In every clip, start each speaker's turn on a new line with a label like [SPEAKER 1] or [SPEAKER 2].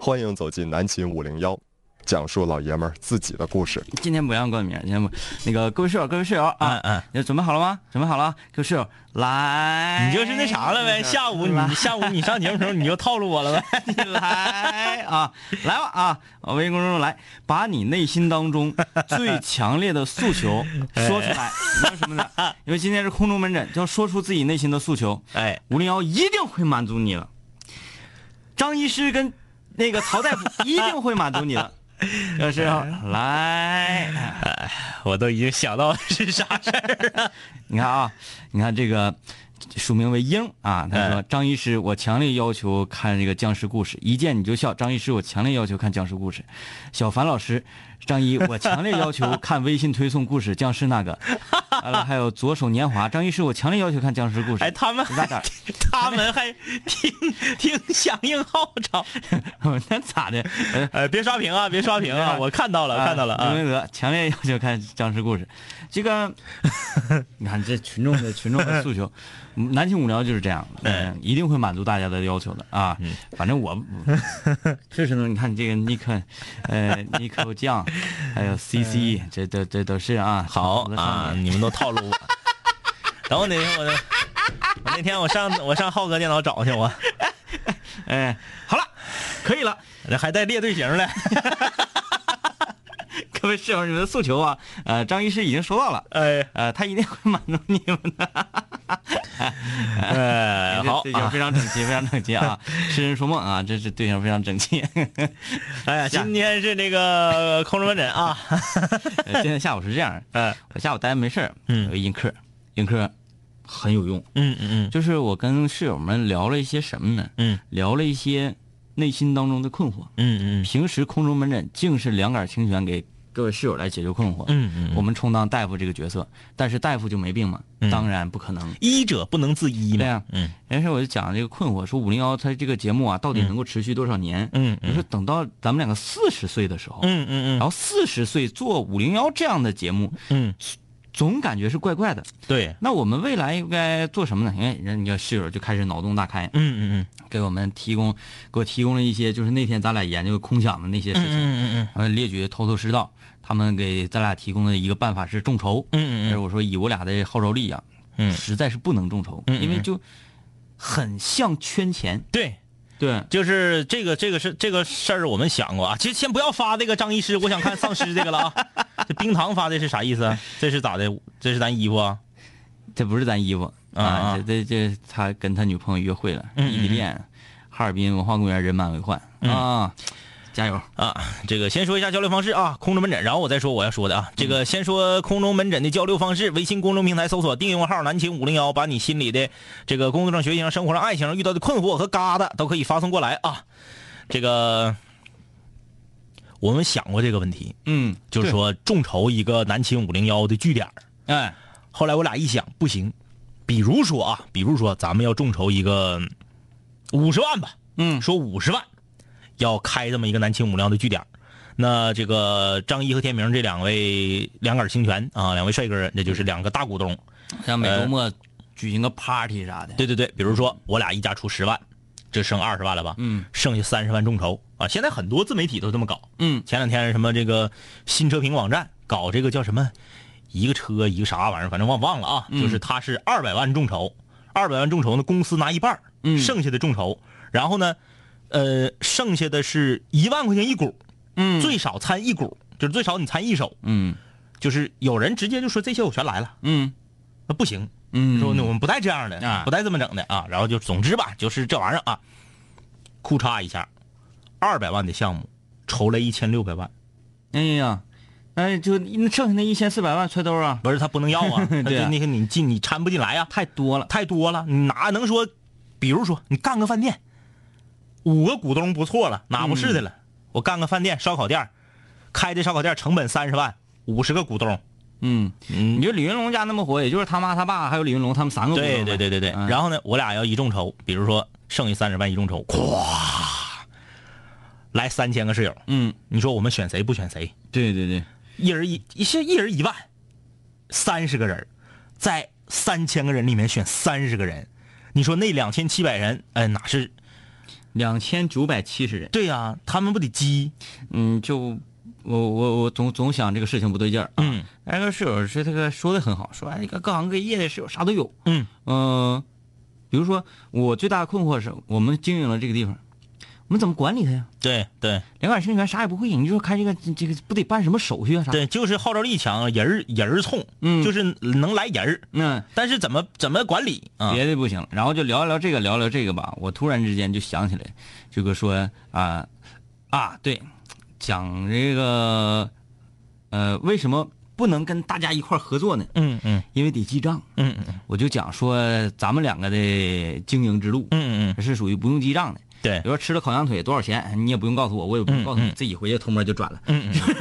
[SPEAKER 1] 欢迎走进南秦五零幺，讲述老爷们儿自己的故事。
[SPEAKER 2] 今天不要冠名，今天不那个各位室友，各位室友啊，
[SPEAKER 3] 嗯
[SPEAKER 2] 你准备好了吗？准备好了，各位室友来，
[SPEAKER 3] 你就是那啥了
[SPEAKER 2] 哎
[SPEAKER 3] 呗，下午你下午你上节目的时候你就套路我了呗。
[SPEAKER 2] 你 来啊，来吧啊！微信公众号来，把你内心当中最强烈的诉求说出 来。你为什么呢？因为今天是空中门诊，就要说出自己内心的诉求。
[SPEAKER 3] 哎，
[SPEAKER 2] 五零幺一定会满足你了，张医师跟那个曹大夫一定会满足你 的。就是啊来，
[SPEAKER 3] 我都已经想到是啥事儿。
[SPEAKER 2] 你看啊，你看这个署名为英啊，他说
[SPEAKER 3] 哎
[SPEAKER 2] 张医师，我强烈要求看这个僵尸故事，一见你就笑。张医师，我强烈要求看僵尸故事。小凡老师，张一，我强烈要求看微信推送故事僵尸那个。完了，还有左手年华，张医师，我强烈要求看僵尸故事。
[SPEAKER 3] 哎，他们
[SPEAKER 2] 你咋咋？
[SPEAKER 3] 他们还挺挺响应号召。
[SPEAKER 2] 那咋的？呃
[SPEAKER 3] 呃，别刷屏啊，别刷屏
[SPEAKER 2] 哎
[SPEAKER 3] 啊，我看到了，看到了
[SPEAKER 2] 刘
[SPEAKER 3] 啊。
[SPEAKER 2] 明德强烈要求看僵尸故事，这 个，你看这群众的群众的诉求，嗯南秦五聊就是这样，
[SPEAKER 3] 哎
[SPEAKER 2] 嗯，一定会满足大家的要求的啊。
[SPEAKER 3] 嗯
[SPEAKER 2] 反正 我确实能，你看这个尼克，呃，尼克酱，还 有 CC，这都这都是啊，
[SPEAKER 3] 哎好
[SPEAKER 2] 我的
[SPEAKER 3] 啊
[SPEAKER 2] 少，年
[SPEAKER 3] 你们都套路我。 等我哪天我我那天我上我上浩哥电脑找去我，
[SPEAKER 2] 哎，好了，可以了。
[SPEAKER 3] 那还带列队形嘞。
[SPEAKER 2] 各位室友，你们的诉求啊，呃，张医师已经收到了，
[SPEAKER 3] 哎
[SPEAKER 2] 呃，他一定会满足你们的。
[SPEAKER 3] 哎，好
[SPEAKER 2] 这这就
[SPEAKER 3] 啊。
[SPEAKER 2] 非常整齐，非常整齐啊！痴人说梦啊，这是对象非常整齐。
[SPEAKER 3] 哎呀，今天是那个空中门诊啊。
[SPEAKER 2] 呃今天下午是这样，
[SPEAKER 3] 嗯
[SPEAKER 2] 我下午待着没事儿，
[SPEAKER 3] 嗯
[SPEAKER 2] 有一音课，音课很有用。
[SPEAKER 3] 嗯嗯
[SPEAKER 2] 就是我跟室友们聊了一些什么呢？
[SPEAKER 3] 嗯
[SPEAKER 2] 聊了一些内心当中的困惑。
[SPEAKER 3] 嗯嗯
[SPEAKER 2] 平时空中门诊竟是两杆清泉给各位室友来解决困惑。
[SPEAKER 3] 嗯嗯
[SPEAKER 2] 我们充当大夫这个角色，但是大夫就没病吗？当然不可能。
[SPEAKER 3] 医者不能自医嘛。
[SPEAKER 2] 对呀
[SPEAKER 3] 嗯
[SPEAKER 2] 但是我就讲这个困惑，说五零幺它这个节目啊，到底能够持续多少年？
[SPEAKER 3] 嗯
[SPEAKER 2] 我说等到咱们两个四十岁的时候，
[SPEAKER 3] 嗯嗯
[SPEAKER 2] 然
[SPEAKER 3] 嗯
[SPEAKER 2] 后四十岁做五零幺这样的节目，
[SPEAKER 3] 嗯，
[SPEAKER 2] 总感觉是怪怪的。
[SPEAKER 3] 对，
[SPEAKER 2] 那我们未来应该做什么呢？因为人家室友就开始脑洞大开，
[SPEAKER 3] 嗯嗯
[SPEAKER 2] 给我们提供，给我提供了一些就是那天咱俩研究空想的那些事
[SPEAKER 3] 嗯
[SPEAKER 2] 情，
[SPEAKER 3] 嗯嗯
[SPEAKER 2] 然后列举头头是道。他们给咱俩提供的一个办法是众筹，但
[SPEAKER 3] 嗯
[SPEAKER 2] 是
[SPEAKER 3] 嗯
[SPEAKER 2] 我说以我俩的号召力啊，
[SPEAKER 3] 嗯
[SPEAKER 2] 实在是不能众筹，
[SPEAKER 3] 嗯嗯
[SPEAKER 2] 因为就很像圈钱，
[SPEAKER 3] 对。
[SPEAKER 2] 对。
[SPEAKER 3] 就是这个这个是这个事儿，我们想过啊。其实先不要发这个张医师，我想看丧尸这个了啊。 这冰糖发的是啥意思啊？这是咋的？这是咱衣服啊？
[SPEAKER 2] 这不是咱衣服啊，
[SPEAKER 3] 啊啊
[SPEAKER 2] 这这这他跟他女朋友约会了，
[SPEAKER 3] 嗯嗯
[SPEAKER 2] 异地恋，哈尔滨文化公园人满为患啊，加油！
[SPEAKER 3] 啊，这个先说一下交流方式啊，空中门诊，然后我再说我要说的啊。这个先说空中门诊的交流方式，微信公众平台搜索订阅号“南秦五零幺”，把你心里的这个工作上、学习上、生活上、爱情上遇到的困惑和疙瘩都可以发送过来啊。这个我们想过这个问题，
[SPEAKER 2] 嗯，
[SPEAKER 3] 就是说众筹一个南秦五零幺的据点儿
[SPEAKER 2] 对，哎，
[SPEAKER 3] 后来我俩一想，不行，比如说啊，比如说咱们要众筹一个五十万吧，
[SPEAKER 2] 嗯
[SPEAKER 3] 说五十万要开这么一个南青五粮的据点儿。那这个张一和天明这两位两杆儿清泉啊，两位帅哥儿，这
[SPEAKER 2] 嗯
[SPEAKER 3] 就是两个大股东。
[SPEAKER 2] 像每周末举行个 party 啥的，
[SPEAKER 3] 对对对，比如说我俩一家出十万，这剩二十万了吧？
[SPEAKER 2] 嗯，
[SPEAKER 3] 剩下三十万众筹啊。现在很多自媒体都这么搞。
[SPEAKER 2] 嗯
[SPEAKER 3] 前两天什么这个新车评网站搞这个叫什么，一个车一个啥玩意儿，反正忘忘了啊，
[SPEAKER 2] 嗯
[SPEAKER 3] 就是它是二百万众筹，二百万众筹呢公司拿一半儿，
[SPEAKER 2] 嗯
[SPEAKER 3] 剩下的众筹，然后呢，呃，剩下的是一万块钱一股，
[SPEAKER 2] 嗯
[SPEAKER 3] 最少参一股，就是最少你参一手，
[SPEAKER 2] 嗯
[SPEAKER 3] 就是有人直接就说这些我全来了，
[SPEAKER 2] 嗯
[SPEAKER 3] 那不行，
[SPEAKER 2] 嗯，
[SPEAKER 3] 说呢我们不带这样的，
[SPEAKER 2] 啊
[SPEAKER 3] 不带这么整的啊，然后就总之吧，就是这玩意儿啊，库嚓一下，二百万的项目筹来一千六百万。
[SPEAKER 2] 哎呀，哎，就那剩下那一千四百万揣兜啊，
[SPEAKER 3] 不是他不能要 啊，他
[SPEAKER 2] 对啊
[SPEAKER 3] 就那个你进你掺不进来呀、
[SPEAKER 2] 太多了，
[SPEAKER 3] 太多了，你哪能说？比如说你干个饭店，五个股东不错了，哪不是的了？
[SPEAKER 2] 嗯
[SPEAKER 3] 我干个饭店烧烤店儿，开这烧烤店儿成本三十万，五十个股东，
[SPEAKER 2] 嗯，你
[SPEAKER 3] 嗯，
[SPEAKER 2] 就李云龙家那么火，也就是他妈他爸还有李云龙他们三个股东
[SPEAKER 3] 对
[SPEAKER 2] 呗，
[SPEAKER 3] 对对对对。
[SPEAKER 2] 嗯
[SPEAKER 3] 然后呢，我俩要一众筹，比如说剩下三十万一众筹，咵，来三千个室友，
[SPEAKER 2] 嗯，
[SPEAKER 3] 你说我们选谁不选谁？
[SPEAKER 2] 对对对，
[SPEAKER 3] 一人一一是一人一万，三十个人儿，在三千个人里面选三十个人，你说那两千七百人，哎，哪是
[SPEAKER 2] 两千九百七十人。
[SPEAKER 3] 对呀、他们不得鸡？
[SPEAKER 2] 嗯，就我我我总总想这个事情不对劲儿啊。
[SPEAKER 3] 嗯
[SPEAKER 2] 那个室友是这个说的很好，说哎，这个各行各业的室友啥都有。
[SPEAKER 3] 嗯
[SPEAKER 2] 嗯、比如说我最大的困惑是我们经营了这个地方，我们怎么管理它呀？
[SPEAKER 3] 对对
[SPEAKER 2] 两杆生源啥也不会，你就说开这个这个不得办什么手续啊啥？，
[SPEAKER 3] 对，就是号召力强，人儿人儿冲，
[SPEAKER 2] 嗯
[SPEAKER 3] 就是能来人儿，
[SPEAKER 2] 嗯，
[SPEAKER 3] 但是怎么怎么管理啊？
[SPEAKER 2] 别的不行。然后就聊一聊这个，聊聊这个吧。我突然之间就想起来，这个说啊、啊，对，讲这个呃，为什么不能跟大家一块儿合作呢？
[SPEAKER 3] 嗯嗯
[SPEAKER 2] 因为得记账。
[SPEAKER 3] 嗯嗯嗯
[SPEAKER 2] 我就讲说咱们两个的经营之路，
[SPEAKER 3] 嗯嗯，
[SPEAKER 2] 是属于不用记账的。
[SPEAKER 3] 对嗯
[SPEAKER 2] 比如说吃了烤羊腿多少钱，你也不用告诉我，我也不用告诉你，自己回去偷摸就转了。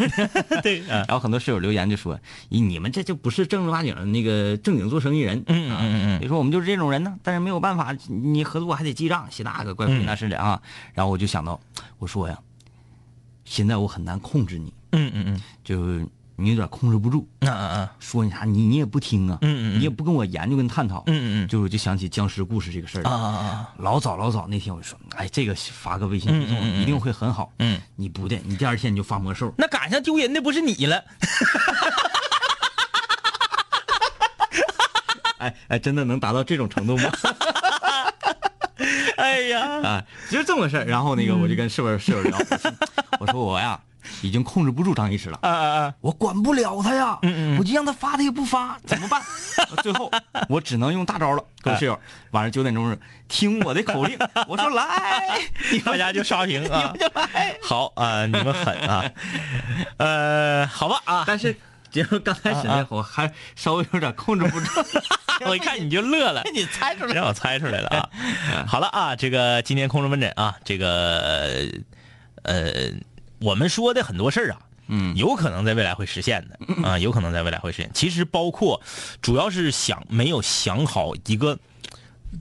[SPEAKER 3] 对啊，
[SPEAKER 2] 然后很多室友留言就说：“咦你们这就不是正儿八经的那个正经做生意人。”
[SPEAKER 3] 嗯嗯
[SPEAKER 2] 啊
[SPEAKER 3] 嗯嗯
[SPEAKER 2] 所以说我们就是这种人呢，但是没有办法，你合作还得
[SPEAKER 3] 嗯
[SPEAKER 2] 记账，写那个怪亏那是的啊。然后我就想到，我说呀，现在我很难控制你，
[SPEAKER 3] 嗯嗯嗯，
[SPEAKER 2] 就是你有点控制不住，
[SPEAKER 3] 那啊
[SPEAKER 2] 说你啥你你也不听啊，
[SPEAKER 3] 嗯嗯嗯
[SPEAKER 2] 你也不跟我研究跟探讨，
[SPEAKER 3] 嗯嗯嗯
[SPEAKER 2] 就我就想起僵尸故事这个事儿
[SPEAKER 3] 啊
[SPEAKER 2] 了。
[SPEAKER 3] 啊啊，
[SPEAKER 2] 老早老早那天我就说，哎，这个发个微信推
[SPEAKER 3] 嗯嗯嗯
[SPEAKER 2] 送一定会很好。
[SPEAKER 3] 嗯，
[SPEAKER 2] 你不对，你第二天你就发魔 兽。
[SPEAKER 3] 那赶上丢人的不是你了，
[SPEAKER 2] 哎哎，真的能达到这种程度吗？
[SPEAKER 3] 哎呀，
[SPEAKER 2] 啊，就是这么回事儿然后那个我就跟室友室友聊，我说我说我呀，已经控制不住张医师了，
[SPEAKER 3] 啊啊 啊，
[SPEAKER 2] 我管不了他呀，
[SPEAKER 3] 嗯
[SPEAKER 2] 我就让他发他也不发，怎 么办？最后我只能用大招了，各位室
[SPEAKER 3] 哎
[SPEAKER 2] 友，晚上九点钟听我的口令，我说来， 你
[SPEAKER 3] 大
[SPEAKER 2] 们
[SPEAKER 3] 家就刷屏
[SPEAKER 2] 你
[SPEAKER 3] 啊
[SPEAKER 2] 们，就来。
[SPEAKER 3] 好啊，你们狠啊， 呃，好吧 啊，
[SPEAKER 2] 但是 结果刚开始那会儿我还稍微有点控制不 住，
[SPEAKER 3] 我一看你就乐了。
[SPEAKER 2] 哎你猜出来
[SPEAKER 3] 让我猜出来了 啊！好了啊，这个今天空中门诊啊，这个呃，我们说的很多事儿啊，
[SPEAKER 2] 嗯，
[SPEAKER 3] 有可能在未来会实现的啊，有可能在未来会实现。其实包括主要是想没有想好一个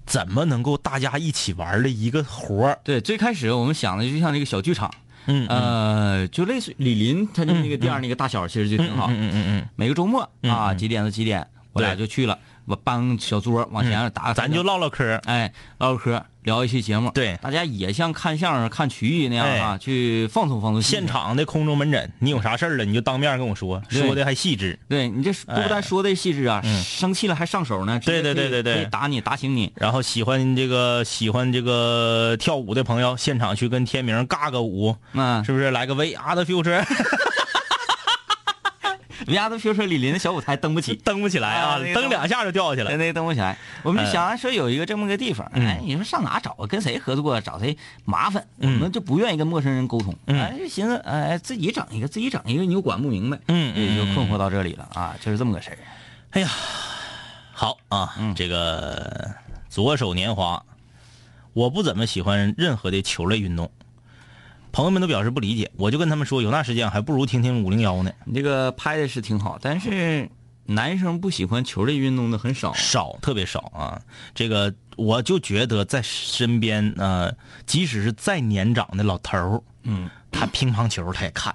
[SPEAKER 3] 怎么能够大家一起玩的一个活儿，
[SPEAKER 2] 对，最开始我们想的就像那个小剧场，
[SPEAKER 3] 嗯
[SPEAKER 2] 呃，就类似于李林他的那个第二那个大小，其实就挺好。
[SPEAKER 3] 嗯嗯
[SPEAKER 2] 每个周末啊，几点到几点，我俩就
[SPEAKER 3] 对
[SPEAKER 2] 去了，我搬个小桌往前打个
[SPEAKER 3] 嗯，
[SPEAKER 2] 台
[SPEAKER 3] 咱
[SPEAKER 2] 灯
[SPEAKER 3] 就唠唠嗑儿，
[SPEAKER 2] 哎唠唠嗑，聊一期节目。
[SPEAKER 3] 对哎
[SPEAKER 2] 大家也像看相声、看曲艺那样啊，去放松放松心
[SPEAKER 3] 现
[SPEAKER 2] 情。
[SPEAKER 3] 场的空中门诊，你有啥事儿了你就当面跟我说，
[SPEAKER 2] 对
[SPEAKER 3] 说的还细致。
[SPEAKER 2] 对你这不但说的细致啊，生气了还上手呢。直接
[SPEAKER 3] 哎嗯对对对对对
[SPEAKER 2] 可以可以打你打醒你。
[SPEAKER 3] 然后喜欢这个喜欢这个跳舞的朋友，现场去跟天明尬个舞，
[SPEAKER 2] 嗯
[SPEAKER 3] 是不是？来个啊 We Are the Future，
[SPEAKER 2] 人家都说说李林的小舞台登不起，
[SPEAKER 3] 蹬不起来
[SPEAKER 2] 啊
[SPEAKER 3] 啊
[SPEAKER 2] 那，个嗯
[SPEAKER 3] 蹬两下就掉下
[SPEAKER 2] 那
[SPEAKER 3] 去了。呃嗯
[SPEAKER 2] 那登不起来。我们就想啊说有一个这么个地方，哎，你说上哪找啊？跟谁合作啊？找谁麻烦？我
[SPEAKER 3] 嗯
[SPEAKER 2] 们就不愿意跟陌生人沟通，哎，就寻思哎自己整一个，自己整一个，你又管不明白，
[SPEAKER 3] 嗯
[SPEAKER 2] 也
[SPEAKER 3] 嗯
[SPEAKER 2] 就困惑到这里了啊，就是这么个事儿。
[SPEAKER 3] 好啊，这个左手年华，我不怎么喜欢任何的球类运动，朋友们都表示不理解，我就跟他们说，有那时间还不如听听五零幺呢，
[SPEAKER 2] 你这个拍的是挺好，但是男生不喜欢球类运动的很少。
[SPEAKER 3] 少特别少啊。这个我就觉得在身边呃，即使是再年长的老头儿，
[SPEAKER 2] 嗯
[SPEAKER 3] 他乒乓球他也看。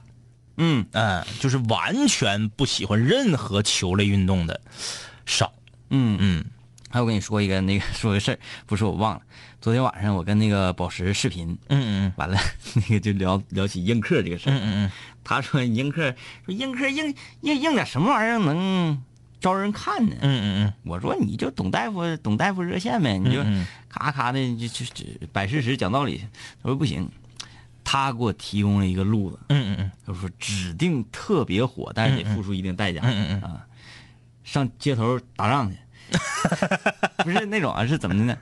[SPEAKER 2] 嗯，
[SPEAKER 3] 嗯，就是完全不喜欢任何球类运动的少。
[SPEAKER 2] 嗯
[SPEAKER 3] 嗯
[SPEAKER 2] 还有我跟你说一个那个说个事儿，不是我忘了，昨天晚上我跟那个宝石视频，
[SPEAKER 3] 嗯
[SPEAKER 2] 完了 那个就聊聊起映客这个事儿。
[SPEAKER 3] 嗯嗯
[SPEAKER 2] 他说映客说映客映映映点什么玩意儿能招人看呢？
[SPEAKER 3] 嗯嗯
[SPEAKER 2] 我说你就董大夫董大夫热线呗，你就
[SPEAKER 3] 嗯
[SPEAKER 2] 咔咔的就就就摆事实讲道理。他说不行，他给我提供了一个路子，
[SPEAKER 3] 嗯嗯
[SPEAKER 2] 他说指定特别火，但是得付出一定代
[SPEAKER 3] 嗯
[SPEAKER 2] 价、啊，上街头打仗 去，不是那种啊，是怎么的呢？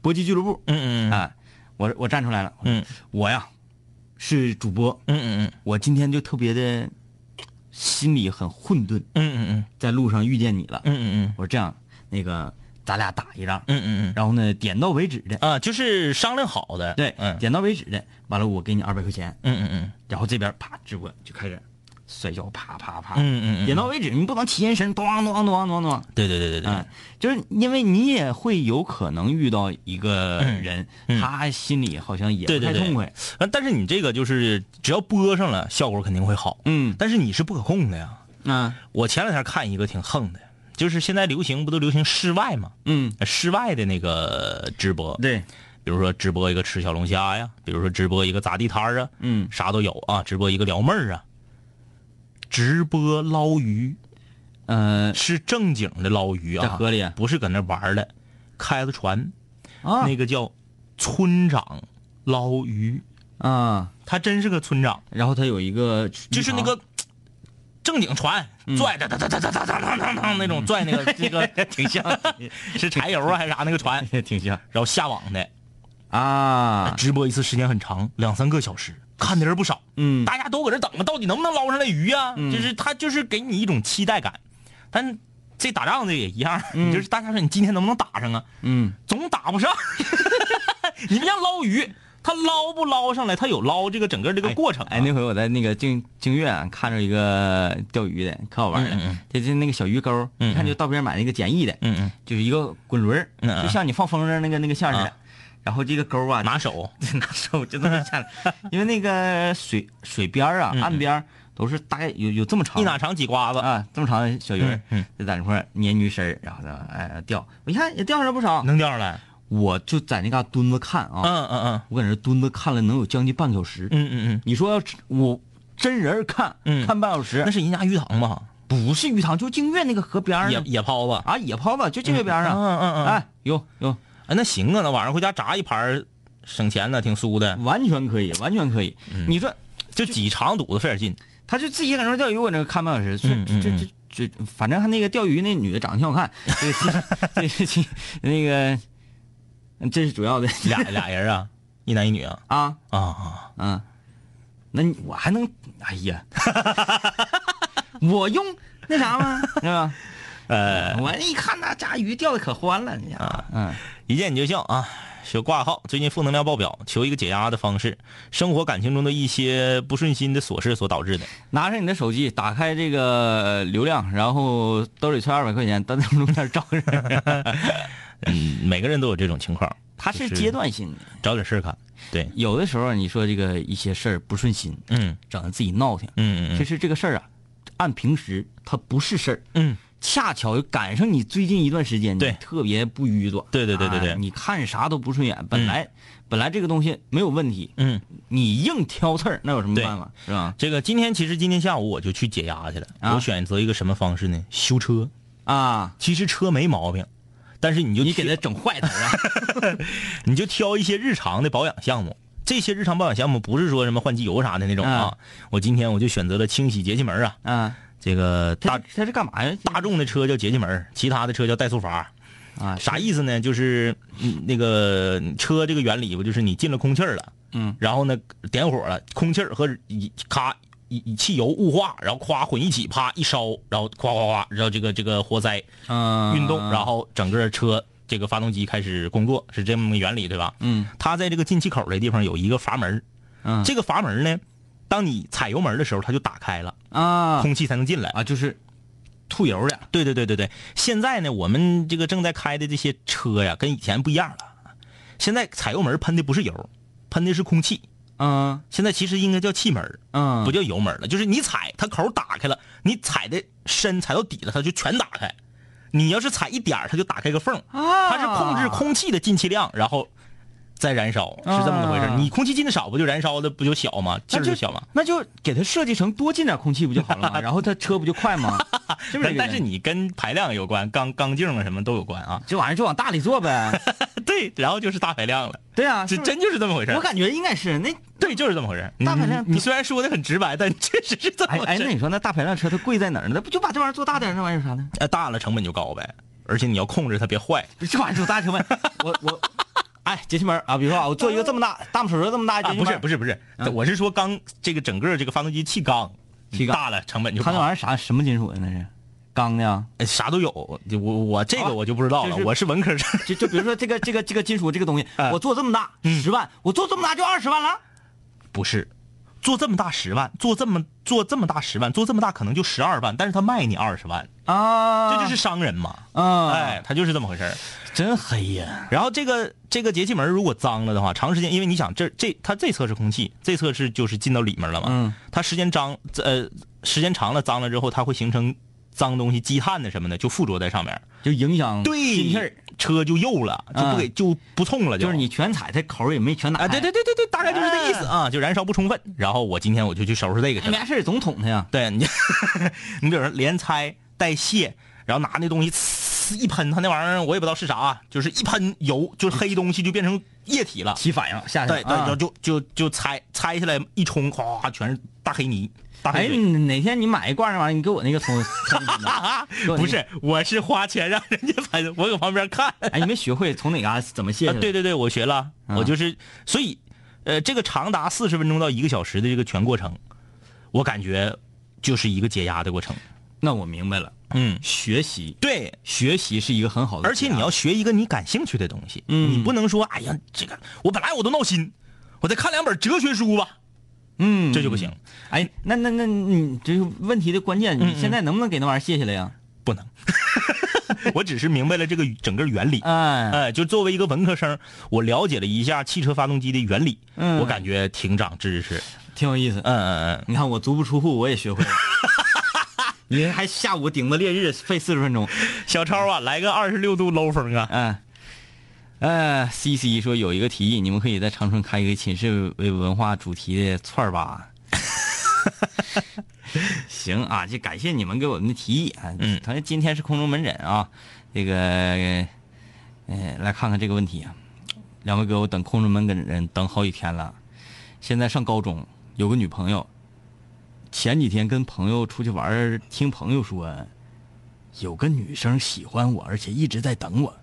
[SPEAKER 2] 搏击俱乐部
[SPEAKER 3] 嗯嗯嗯
[SPEAKER 2] 啊，我我站出来了，
[SPEAKER 3] 嗯
[SPEAKER 2] 我呀是主播，
[SPEAKER 3] 嗯
[SPEAKER 2] 我今天就特别的心里很混沌，
[SPEAKER 3] 嗯嗯
[SPEAKER 2] 在路上遇见你了
[SPEAKER 3] 嗯，嗯
[SPEAKER 2] 我说这样，那个咱俩打一仗，
[SPEAKER 3] 嗯嗯
[SPEAKER 2] 然后呢点到为止的，
[SPEAKER 3] 啊，就是商量好的。
[SPEAKER 2] 对，
[SPEAKER 3] 嗯
[SPEAKER 2] 点到为止的，完了我给你二百块钱，
[SPEAKER 3] 嗯嗯
[SPEAKER 2] 然后这边啪直播就开始摔跤，啪啪啪，
[SPEAKER 3] 嗯嗯
[SPEAKER 2] 点到为止，你不能起眼神，咚咚咚咚咚，
[SPEAKER 3] 对对对对对
[SPEAKER 2] 嗯，，就是因为你也会有可能遇到一个人，他心里好像也
[SPEAKER 3] 对
[SPEAKER 2] 不
[SPEAKER 3] 对
[SPEAKER 2] 太
[SPEAKER 3] 嗯对
[SPEAKER 2] 痛快，
[SPEAKER 3] 但是你这个就是只要播上了，效果肯定会好。
[SPEAKER 2] 嗯
[SPEAKER 3] 但是你是不可控的呀。
[SPEAKER 2] 啊
[SPEAKER 3] 我前两天看一个挺横的，就是现在流行不都流行室外嘛，
[SPEAKER 2] 嗯，
[SPEAKER 3] 室外的那个直播，
[SPEAKER 2] 对，
[SPEAKER 3] 比比如说直播一个吃小龙虾呀，比如说直播一个砸地摊儿啊，
[SPEAKER 2] 嗯，
[SPEAKER 3] 啥都有啊，直播一个撩妹儿啊，直播捞鱼
[SPEAKER 2] 嗯
[SPEAKER 3] 是正经的捞鱼啊，
[SPEAKER 2] 在河里
[SPEAKER 3] 不是搁那玩儿的，开着船，
[SPEAKER 2] 啊
[SPEAKER 3] 那个叫村长捞鱼，
[SPEAKER 2] 啊，
[SPEAKER 3] 他真是个村长，
[SPEAKER 2] 然后他有一个
[SPEAKER 3] 就是那个嗯正经船拽的，哒哒哒哒哒哒哒哒那种拽那个那个 挺像 是柴油啊还是啥那个船，
[SPEAKER 2] 也 挺像
[SPEAKER 3] 然后下网的，
[SPEAKER 2] 啊，
[SPEAKER 3] 直播一次时间很长，两三个小时，看的人不少。
[SPEAKER 2] 嗯
[SPEAKER 3] 大家都搁这等着，到底能不能捞上来鱼呀、
[SPEAKER 2] 嗯
[SPEAKER 3] 就是他就是给你一种期待感，但这打仗的也一样，
[SPEAKER 2] 嗯
[SPEAKER 3] 就是大家说你今天能不能打上啊？
[SPEAKER 2] 嗯
[SPEAKER 3] 总打不 上。你们像捞鱼，他捞不捞上来，他有捞这个整个这个过程啊、
[SPEAKER 2] 哎，那回我在那个净净月啊看着一个钓鱼的，可好玩
[SPEAKER 3] 嗯嗯
[SPEAKER 2] 了。这这那个小鱼钩，
[SPEAKER 3] 嗯
[SPEAKER 2] 一看就到边买那个简易的，
[SPEAKER 3] 嗯嗯
[SPEAKER 2] 就是一个滚轮儿，
[SPEAKER 3] 嗯嗯
[SPEAKER 2] 就像你放风筝那个那个线似的
[SPEAKER 3] 啊。
[SPEAKER 2] 然后这个钩啊，
[SPEAKER 3] 拿手，
[SPEAKER 2] 对拿手就这么下来，因为那个水水边儿啊，岸边儿都是大概有有这么长，
[SPEAKER 3] 嗯一哪长几瓜子，
[SPEAKER 2] 啊这么长的小鱼儿
[SPEAKER 3] 嗯嗯，
[SPEAKER 2] 就在那块儿粘鱼丝儿，然后呢哎钓，我一看也钓上了不少，
[SPEAKER 3] 能钓上来。
[SPEAKER 2] 我就在那嘎蹲着看啊，
[SPEAKER 3] 嗯嗯嗯
[SPEAKER 2] 我搁那蹲着看了能有将近半个小时。
[SPEAKER 3] 嗯嗯嗯，
[SPEAKER 2] 你说要我真人儿看，
[SPEAKER 3] 嗯
[SPEAKER 2] 看半小时，
[SPEAKER 3] 那是人家鱼塘吧？
[SPEAKER 2] 不是鱼塘，就净月那个河边儿
[SPEAKER 3] 野
[SPEAKER 2] 啊
[SPEAKER 3] 野抛子。
[SPEAKER 2] 啊，野泡子就净月边儿
[SPEAKER 3] 嗯
[SPEAKER 2] 上。
[SPEAKER 3] 嗯嗯，哎
[SPEAKER 2] 哎，有有，
[SPEAKER 3] 哎，那行啊，那晚上回家炸一盘儿，省钱呢，挺酥的。
[SPEAKER 2] 完全可以，完全可以。
[SPEAKER 3] 嗯
[SPEAKER 2] 你说
[SPEAKER 3] 就几长肚子费点劲。
[SPEAKER 2] 他就自己在那儿钓鱼，我那个看半小时，这
[SPEAKER 3] 嗯嗯
[SPEAKER 2] 这这这，这反正他那个钓鱼那女的长得挺好看，这个这这那个，这是主要的
[SPEAKER 3] 俩俩人啊，一男一女啊
[SPEAKER 2] 啊
[SPEAKER 3] 啊啊！
[SPEAKER 2] 啊，那你我还能，哎呀， 我用那啥吗？是吧？
[SPEAKER 3] 呃，
[SPEAKER 2] 我一看那家鱼钓的可欢了，你啊，嗯
[SPEAKER 3] 一见你就笑啊。学挂号，最近负能量爆表，求一个解压的方式。生活感情中的一些不顺心的琐事所导致的。
[SPEAKER 2] 拿上你的手机，打开这个呃流量，然后兜里揣二百块钱，单在路边照着。
[SPEAKER 3] 嗯，每个人都有这种情况，
[SPEAKER 2] 它是阶段性的，
[SPEAKER 3] 找点事儿干。对，
[SPEAKER 2] 有的时候你说这个一些事儿不顺心，
[SPEAKER 3] 嗯
[SPEAKER 2] 整得自己闹挺，
[SPEAKER 3] 嗯
[SPEAKER 2] 其
[SPEAKER 3] 嗯
[SPEAKER 2] 实这个事儿啊，按平时它不是事儿，
[SPEAKER 3] 嗯，
[SPEAKER 2] 恰巧赶上你最近一段时间，
[SPEAKER 3] 对
[SPEAKER 2] 你特别不淤着，
[SPEAKER 3] 对对对对对
[SPEAKER 2] 哎你看啥都不顺眼，本来、本来这个东西没有问题，
[SPEAKER 3] 嗯，
[SPEAKER 2] 你硬挑刺儿，那有什么
[SPEAKER 3] 对
[SPEAKER 2] 办法是吧？
[SPEAKER 3] 这个今天其实今天下午我就去解压去了。
[SPEAKER 2] 啊
[SPEAKER 3] 我选择一个什么方式呢？修车。
[SPEAKER 2] 啊，
[SPEAKER 3] 其实车没毛病，但是你就
[SPEAKER 2] 你给
[SPEAKER 3] 挑
[SPEAKER 2] 它整坏它
[SPEAKER 3] 啊
[SPEAKER 2] 了，
[SPEAKER 3] 你就挑一些日常的保养项目。这些日常保养项目不是说什么换机油啥的那种啊，我今天我就选择了清洗节气门啊。
[SPEAKER 2] 啊，
[SPEAKER 3] 这个
[SPEAKER 2] 它
[SPEAKER 3] 大
[SPEAKER 2] 它是干嘛呀？
[SPEAKER 3] 大众的车叫节气门，其他的车叫怠速阀。
[SPEAKER 2] 啊，
[SPEAKER 3] 啥意思呢？就是嗯那个车这个原理不就是你进了空气儿了，
[SPEAKER 2] 嗯，
[SPEAKER 3] 然后呢点火了，空气儿和一咔一一汽油雾化，然后夸混一起，啪一烧，然后夸夸夸，然后这个这个活塞
[SPEAKER 2] 嗯，
[SPEAKER 3] 运动，然后整个车这个发动机开始工作，是这么个原理对吧？
[SPEAKER 2] 嗯
[SPEAKER 3] 它在这个进气口的地方有一个阀门儿，
[SPEAKER 2] 嗯
[SPEAKER 3] 这个阀门儿呢，当你踩油门儿的时候，它就打开了，
[SPEAKER 2] 啊
[SPEAKER 3] 空气才能进来。
[SPEAKER 2] 啊，就是吐油的，
[SPEAKER 3] 对对对对对，现在呢，我们这个正在开的这些车呀，跟以前不一样了。现在踩油门儿喷的不是油，喷的是空气。
[SPEAKER 2] 嗯
[SPEAKER 3] 现在其实应该叫气门儿，
[SPEAKER 2] 嗯，
[SPEAKER 3] 不叫油门儿了。就是你踩，它口儿打开了，你踩的深，踩到底了，它就全打开。你要是踩一点儿它就打开个缝儿。
[SPEAKER 2] 啊，
[SPEAKER 3] 它是控制空气的进气量，然后再燃烧，是这么个回事儿。
[SPEAKER 2] 啊
[SPEAKER 3] 你空气进的少，不就燃烧的不就小吗？劲
[SPEAKER 2] 那
[SPEAKER 3] 儿
[SPEAKER 2] 就
[SPEAKER 3] 就小吗？
[SPEAKER 2] 那就给它设计成多进点空气不就好了 吗？然后它车不就快吗？是不是这
[SPEAKER 3] 但
[SPEAKER 2] 个人？
[SPEAKER 3] 但是你跟排量有关，缸缸径啊什么都有 关啊。
[SPEAKER 2] 这玩意儿就往大里做呗。
[SPEAKER 3] 对，然后就是大排量了，
[SPEAKER 2] 对啊，
[SPEAKER 3] 这
[SPEAKER 2] 是不是
[SPEAKER 3] 真就是这么回事
[SPEAKER 2] 我
[SPEAKER 3] 儿。
[SPEAKER 2] 感觉应该是那
[SPEAKER 3] 对，就是这么回事儿。
[SPEAKER 2] 大排量
[SPEAKER 3] 你你你虽然说的很直白，但确实是这么
[SPEAKER 2] 哎
[SPEAKER 3] 回
[SPEAKER 2] 哎，
[SPEAKER 3] 事
[SPEAKER 2] 那
[SPEAKER 3] 儿。
[SPEAKER 2] 你说那大排量车它贵在哪儿呢？那不就把这玩意儿做大点儿，那玩意儿有啥呢？
[SPEAKER 3] 哎，大了成本就高呗，而且你要控制它别坏。
[SPEAKER 2] 不是这玩意儿做大成本，我我哎，节气门儿啊，比如说啊，我做一个这么大大拇手指这么大的
[SPEAKER 3] 啊，
[SPEAKER 2] 节气
[SPEAKER 3] 不
[SPEAKER 2] 门
[SPEAKER 3] 是
[SPEAKER 2] 儿，
[SPEAKER 3] 不
[SPEAKER 2] 是
[SPEAKER 3] 是不是
[SPEAKER 2] 啊，
[SPEAKER 3] 我是说缸这个整个这个发动机气缸，
[SPEAKER 2] 气缸
[SPEAKER 3] 大了成本就
[SPEAKER 2] 它那
[SPEAKER 3] 高
[SPEAKER 2] 玩。意儿啥什么金属的那是？钢的呀，
[SPEAKER 3] 哎啥都有，我我这个我就不知道了
[SPEAKER 2] 哦就，是
[SPEAKER 3] 我是文科生。
[SPEAKER 2] 就就比如说这个这个这个金属这个东西
[SPEAKER 3] 啊，
[SPEAKER 2] 我做这么大十万，我做这么大就二十万了。
[SPEAKER 3] 不是，做这么大十万，做这么做这么大十万，做这么大可能就十二万，但是他卖你二十万，
[SPEAKER 2] 啊，
[SPEAKER 3] 这就是商人嘛。
[SPEAKER 2] 啊，
[SPEAKER 3] 哎，他就是这么回事儿。
[SPEAKER 2] 真黑呀！
[SPEAKER 3] 然后这个这个节气门如果脏了的话，长时间，因为你想这这它这侧是空气，这侧是就是进到里面了嘛。
[SPEAKER 2] 嗯。
[SPEAKER 3] 它时间脏，呃，时间长了脏了之后，它会形成脏东西、积汗的什么的就附着在上面，
[SPEAKER 2] 就影响
[SPEAKER 3] 对
[SPEAKER 2] 进气儿，
[SPEAKER 3] 车就幼了，就不给、就不冲了，
[SPEAKER 2] 嗯就是你全踩，它口儿也没全打开。
[SPEAKER 3] 啊，对对对对对，大概就是这意思啊，就燃烧不充分。然后我今天我就去收拾这个去
[SPEAKER 2] 哎，没
[SPEAKER 3] 了。
[SPEAKER 2] 啥事儿总捅它呀。
[SPEAKER 3] 对你， 你比如说连拆带卸，然后拿那东西呲一喷，它那玩意儿我也不知道是啥啊，就是一喷油，就是黑东西就变成液体了。
[SPEAKER 2] 起反应，下去
[SPEAKER 3] 对
[SPEAKER 2] 了
[SPEAKER 3] 对，
[SPEAKER 2] 啊
[SPEAKER 3] 然后就就就拆拆下来一冲，哗，全是大黑泥，大
[SPEAKER 2] 哎，
[SPEAKER 3] 黑水。
[SPEAKER 2] 你哪天你买一罐那玩意儿，你给我那个葱，葱一
[SPEAKER 3] 哈
[SPEAKER 2] 拿
[SPEAKER 3] 哈，
[SPEAKER 2] 给我那
[SPEAKER 3] 啊不
[SPEAKER 2] 个
[SPEAKER 3] 是，我是花钱让人家喷，我搁旁边看。
[SPEAKER 2] 哎，你没学会从哪嘎怎么卸
[SPEAKER 3] 啊
[SPEAKER 2] 下，来？
[SPEAKER 3] 对对对，我学了，
[SPEAKER 2] 嗯
[SPEAKER 3] 我就是，所以，呃，这个长达四十分钟到一个小时的这个全过程，我感觉就是一个解压的过程。
[SPEAKER 2] 那我明白了，
[SPEAKER 3] 嗯，
[SPEAKER 2] 学习，
[SPEAKER 3] 对，
[SPEAKER 2] 学习是一个很好的解压，
[SPEAKER 3] 而且你要学一个你感兴趣的东西，
[SPEAKER 2] 嗯
[SPEAKER 3] 你不能说，哎呀，这个我本来我都闹心，我再看两本哲学书吧，
[SPEAKER 2] 嗯，
[SPEAKER 3] 这就不行，
[SPEAKER 2] 哎，那那那你这是问题的关键，
[SPEAKER 3] 嗯
[SPEAKER 2] 你现在能不能给那玩意儿卸下来呀？
[SPEAKER 3] 不能。 我只是明白了这个整个原理，
[SPEAKER 2] 哎，
[SPEAKER 3] 哎，就作为一个文科生，我了解了一下汽车发动机的原理，
[SPEAKER 2] 嗯
[SPEAKER 3] 我感觉挺长知识。
[SPEAKER 2] 挺有意思。
[SPEAKER 3] 嗯嗯嗯。
[SPEAKER 2] 你看我足不出户，我也学 会了。你还下午顶着烈日费四十分钟，
[SPEAKER 3] 小超啊，来个二十六度搂风啊！
[SPEAKER 2] 嗯，呃，C C 说有一个提议，你们可以在长春开一个寝室为文化主题的串儿吧。 行啊，就感谢你们给我们的提议啊。
[SPEAKER 3] 嗯
[SPEAKER 2] 同学今天是空中门诊啊，这个，呃，来看看这个问题啊。两位哥，我等空中门诊等好几天了，现在上高中，有个女朋友。前几天跟朋友出去玩儿，听朋友说，有个女生喜欢我，而且一直在等我。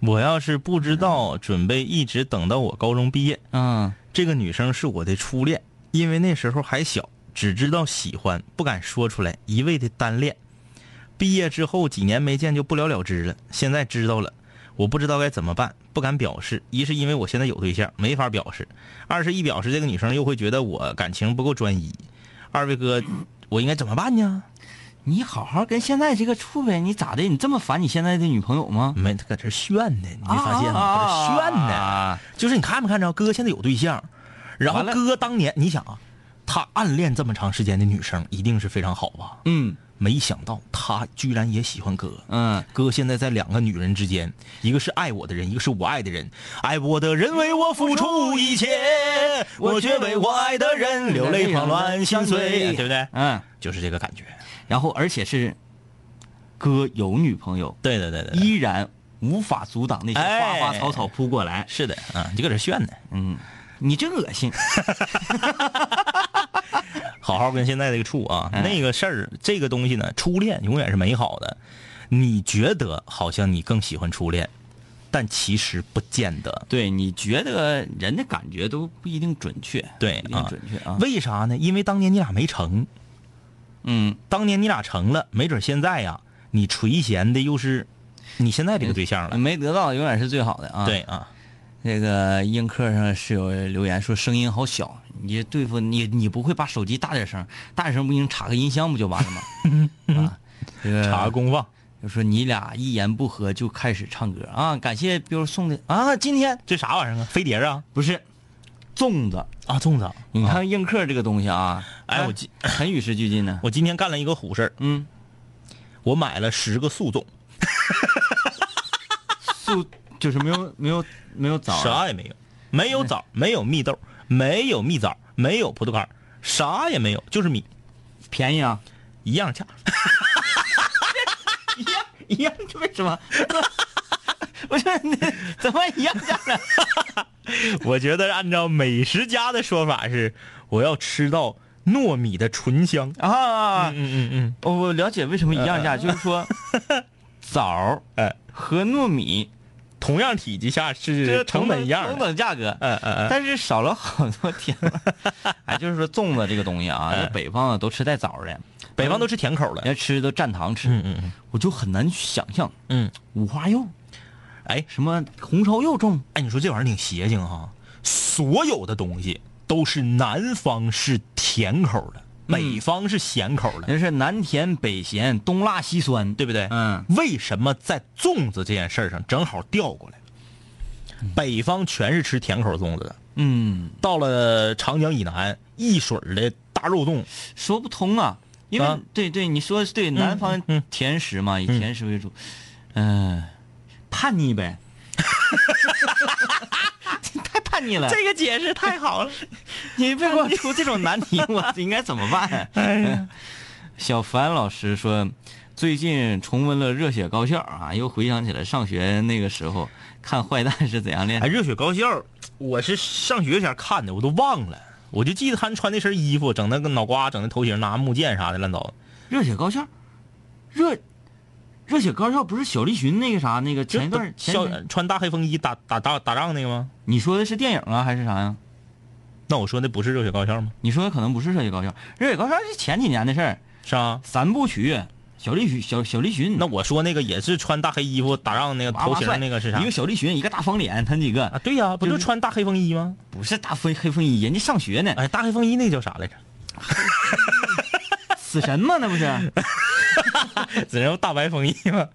[SPEAKER 3] 我要是不知道，准备一直等到我高中毕业。
[SPEAKER 2] 嗯，
[SPEAKER 3] 这个女生是我的初恋，因为那时候还小，只知道喜欢，不敢说出来，一味的单恋。毕业之后几年没见就不了了之了，现在知道了，我不知道该怎么办，不敢表示。一是因为我现在有对象，没法表示；二是一表示，这个女生又会觉得我感情不够专一。二位哥，我应该怎么办呢？
[SPEAKER 2] 你好好跟现在这个处呗，你咋的？你这么烦你现在的女朋友吗？
[SPEAKER 3] 没，他搁这炫呢，嗯你没发现
[SPEAKER 2] 啊
[SPEAKER 3] 吗？搁这炫呢。
[SPEAKER 2] 啊
[SPEAKER 3] 就是你看没看着哥现在有对象，然后
[SPEAKER 2] 完了
[SPEAKER 3] 哥当年你想啊，他暗恋这么长时间的女生一定是非常好吧？
[SPEAKER 2] 嗯
[SPEAKER 3] 没想到他居然也喜欢哥。
[SPEAKER 2] 嗯，
[SPEAKER 3] 哥现在在两个女人之间，一个是爱我的人，一个是我爱的人。爱我的人为我付出一切，我却为我爱的人流泪狂乱心碎，对不对？
[SPEAKER 2] 嗯，
[SPEAKER 3] 就是这个感觉。
[SPEAKER 2] 然后而且是哥有女朋友，
[SPEAKER 3] 对对对对对，
[SPEAKER 2] 依然无法阻挡那些花花草草扑过来。
[SPEAKER 3] 是的，啊，你就搁这炫呢。
[SPEAKER 2] 嗯，你真恶心。
[SPEAKER 3] 好好跟现在这个处啊，
[SPEAKER 2] 嗯
[SPEAKER 3] 那个事儿，这个东西呢，初恋永远是美好的。你觉得好像你更喜欢初恋，但其实不见得。
[SPEAKER 2] 对，你觉得人的感觉都不一定准确，
[SPEAKER 3] 对
[SPEAKER 2] 不一定
[SPEAKER 3] 啊
[SPEAKER 2] 准确啊。
[SPEAKER 3] 为啥呢？因为当年你俩没成，
[SPEAKER 2] 嗯，
[SPEAKER 3] 当年你俩成了，没准现在呀，你垂涎的又是你现在这个对象了。
[SPEAKER 2] 没得到永远是最好的啊。
[SPEAKER 3] 对啊，
[SPEAKER 2] 那个映客上是有留言说声音好小，你这对付你你不会把手机大点声，大点声不行，插个音箱不就完了 吗？啊，这个
[SPEAKER 3] 查个公放，
[SPEAKER 2] 就说你俩一言不合就开始唱歌啊！感谢 biu 送的啊，今天
[SPEAKER 3] 这啥玩意儿啊？飞碟啊？
[SPEAKER 2] 不是粽子，
[SPEAKER 3] 啊，粽子啊。
[SPEAKER 2] 你看映客这个东西啊，
[SPEAKER 3] 哎我记
[SPEAKER 2] 记很与时俱进呢。
[SPEAKER 3] 我今天干了一个虎事儿，
[SPEAKER 2] 嗯，
[SPEAKER 3] 我买了十个素粽，
[SPEAKER 2] 素就是没有没有没有枣，啊
[SPEAKER 3] 啥也没有，没有枣，没有蜜豆，没有蜜枣，没有葡萄干儿，啥也没有，就是米，
[SPEAKER 2] 便宜啊？
[SPEAKER 3] 一样价。
[SPEAKER 2] 一样一样，为什么？ 我说你怎么 一样价了？
[SPEAKER 3] 我觉得按照美食家的说法是，我要吃到糯米的醇香。
[SPEAKER 2] 啊？
[SPEAKER 3] 嗯嗯
[SPEAKER 2] 哦我了解为什么一样价，就是说枣儿
[SPEAKER 3] 嗯， 哎，
[SPEAKER 2] 和糯米
[SPEAKER 3] 同样体积下是成本一样
[SPEAKER 2] 同
[SPEAKER 3] 的。
[SPEAKER 2] 等价格，
[SPEAKER 3] 嗯嗯嗯，
[SPEAKER 2] 但是少了好多甜了。 哎，就是说粽子这个东西啊，
[SPEAKER 3] 嗯
[SPEAKER 2] 那北方啊都吃带枣儿的，
[SPEAKER 3] 北方都吃甜口的。
[SPEAKER 2] 人家吃都蘸糖吃，
[SPEAKER 3] 嗯嗯嗯
[SPEAKER 2] 我就很难想象
[SPEAKER 3] 嗯，
[SPEAKER 2] 五花肉，
[SPEAKER 3] 哎
[SPEAKER 2] 什么红烧肉粽，
[SPEAKER 3] 哎，你说这玩意儿挺邪性哈，所有的东西都是南方是甜口的，北方是咸口的。
[SPEAKER 2] 人是南甜北咸，东辣西酸，
[SPEAKER 3] 对不对？
[SPEAKER 2] 嗯，
[SPEAKER 3] 为什么在粽子这件事儿上正好调过来了？北方全是吃甜口粽子的，
[SPEAKER 2] 嗯，
[SPEAKER 3] 到了长江以南，一水儿的大肉粽，
[SPEAKER 2] 说不通啊。因为、
[SPEAKER 3] 啊
[SPEAKER 2] 对对，你说对，南方
[SPEAKER 3] 嗯
[SPEAKER 2] 甜食嘛，以甜食为主，嗯、叛逆呗， 太叛逆了。
[SPEAKER 3] 这个解释太好了。
[SPEAKER 2] 你别给我出这种难题， 我应该怎么办？
[SPEAKER 3] 哎
[SPEAKER 2] 小凡老师说，最近重温了《热血高校》啊，又回想起来上学那个时候看坏蛋是怎样练
[SPEAKER 3] 哎，。热血高校，我是上学前看的，我都忘了，我就记得他们穿那身衣服，整那个脑瓜，整那头型，拿木剑啥的乱糟。
[SPEAKER 2] 热血高校，热热血高校不是小栗旬那个啥那个
[SPEAKER 3] 就
[SPEAKER 2] 前一段前
[SPEAKER 3] 校
[SPEAKER 2] 前
[SPEAKER 3] 穿大黑风衣打打打打仗那个吗？
[SPEAKER 2] 你说的是电影啊还是啥呀？
[SPEAKER 3] 那我说那不是热血高校吗？
[SPEAKER 2] 你说的可能不是热血高校，热血高校是前几年的事儿，
[SPEAKER 3] 是啊，
[SPEAKER 2] 三部曲，小栗旬小小栗旬
[SPEAKER 3] 那我说那个也是穿大黑衣服打仗那个
[SPEAKER 2] 娃
[SPEAKER 3] 头
[SPEAKER 2] 娃
[SPEAKER 3] 型
[SPEAKER 2] 帅
[SPEAKER 3] 那个是啥
[SPEAKER 2] 一个？小栗旬，一个大方脸，他几
[SPEAKER 3] 啊，
[SPEAKER 2] 个
[SPEAKER 3] 对呀、不
[SPEAKER 2] 就
[SPEAKER 3] 就是穿大黑风衣吗？
[SPEAKER 2] 不是大风黑风衣，人家上学呢。
[SPEAKER 3] 哎，大黑风衣那个叫啥来着？
[SPEAKER 2] 死神嘛，那不是
[SPEAKER 3] 只能大白风衣吗？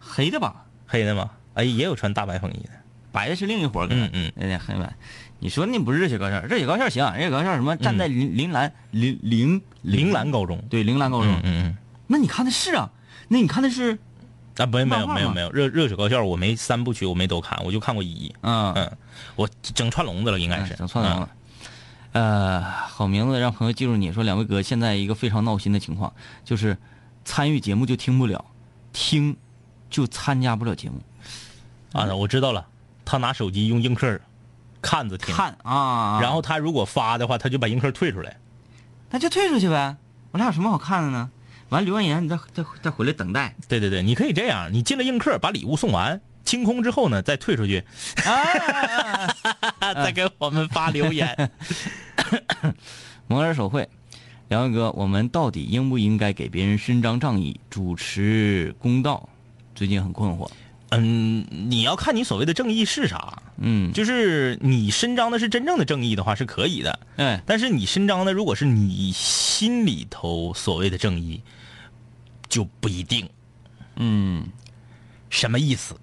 [SPEAKER 2] 黑的吧？
[SPEAKER 3] 黑的吗？哎，也有穿大白风衣的。
[SPEAKER 2] 白的是另一伙儿，可能
[SPEAKER 3] 嗯嗯，
[SPEAKER 2] 有点黑白。你说那不是热血高校，热血高校行，热血高校什么站在铃铃兰铃铃
[SPEAKER 3] 铃嗯兰高中。
[SPEAKER 2] 对铃兰高
[SPEAKER 3] 嗯
[SPEAKER 2] 中，
[SPEAKER 3] 嗯嗯。
[SPEAKER 2] 那你看的是啊，那你看的是
[SPEAKER 3] 啊，没没
[SPEAKER 2] 漫
[SPEAKER 3] 有
[SPEAKER 2] 画
[SPEAKER 3] 没有
[SPEAKER 2] 吗
[SPEAKER 3] 没有，热热血高校我没三部曲我没都看，我就看过一。
[SPEAKER 2] 嗯
[SPEAKER 3] 嗯，我哎整串笼子了应该是。
[SPEAKER 2] 整错了。呃，好名字让朋友记住你说两位哥，现在一个非常闹心的情况就是，参与节目就听不了，听就参加不了节目，
[SPEAKER 3] 嗯。啊，我知道了，他拿手机用映客看着听，
[SPEAKER 2] 看啊，
[SPEAKER 3] 然后他如果发的话，他就把映客退出来。
[SPEAKER 2] 那就退出去呗，我俩有什么好看的呢？完留完言你再再再回来等待，
[SPEAKER 3] 对对对，你可以这样，你进了映客把礼物送完，清空之后呢，再退出去，啊 再给我们发留言。
[SPEAKER 2] 摩尔手绘，两位哥，我们到底应不应该给别人伸张正义，主持公道？最近很困惑。
[SPEAKER 3] 嗯，你要看你所谓的正义是啥，
[SPEAKER 2] 嗯，
[SPEAKER 3] 就是你伸张的是真正的正义的话是可以的，
[SPEAKER 2] 哎，
[SPEAKER 3] 但是你伸张的如果是你心里头所谓的正义，就不一定。
[SPEAKER 2] 嗯，
[SPEAKER 3] 什么意思？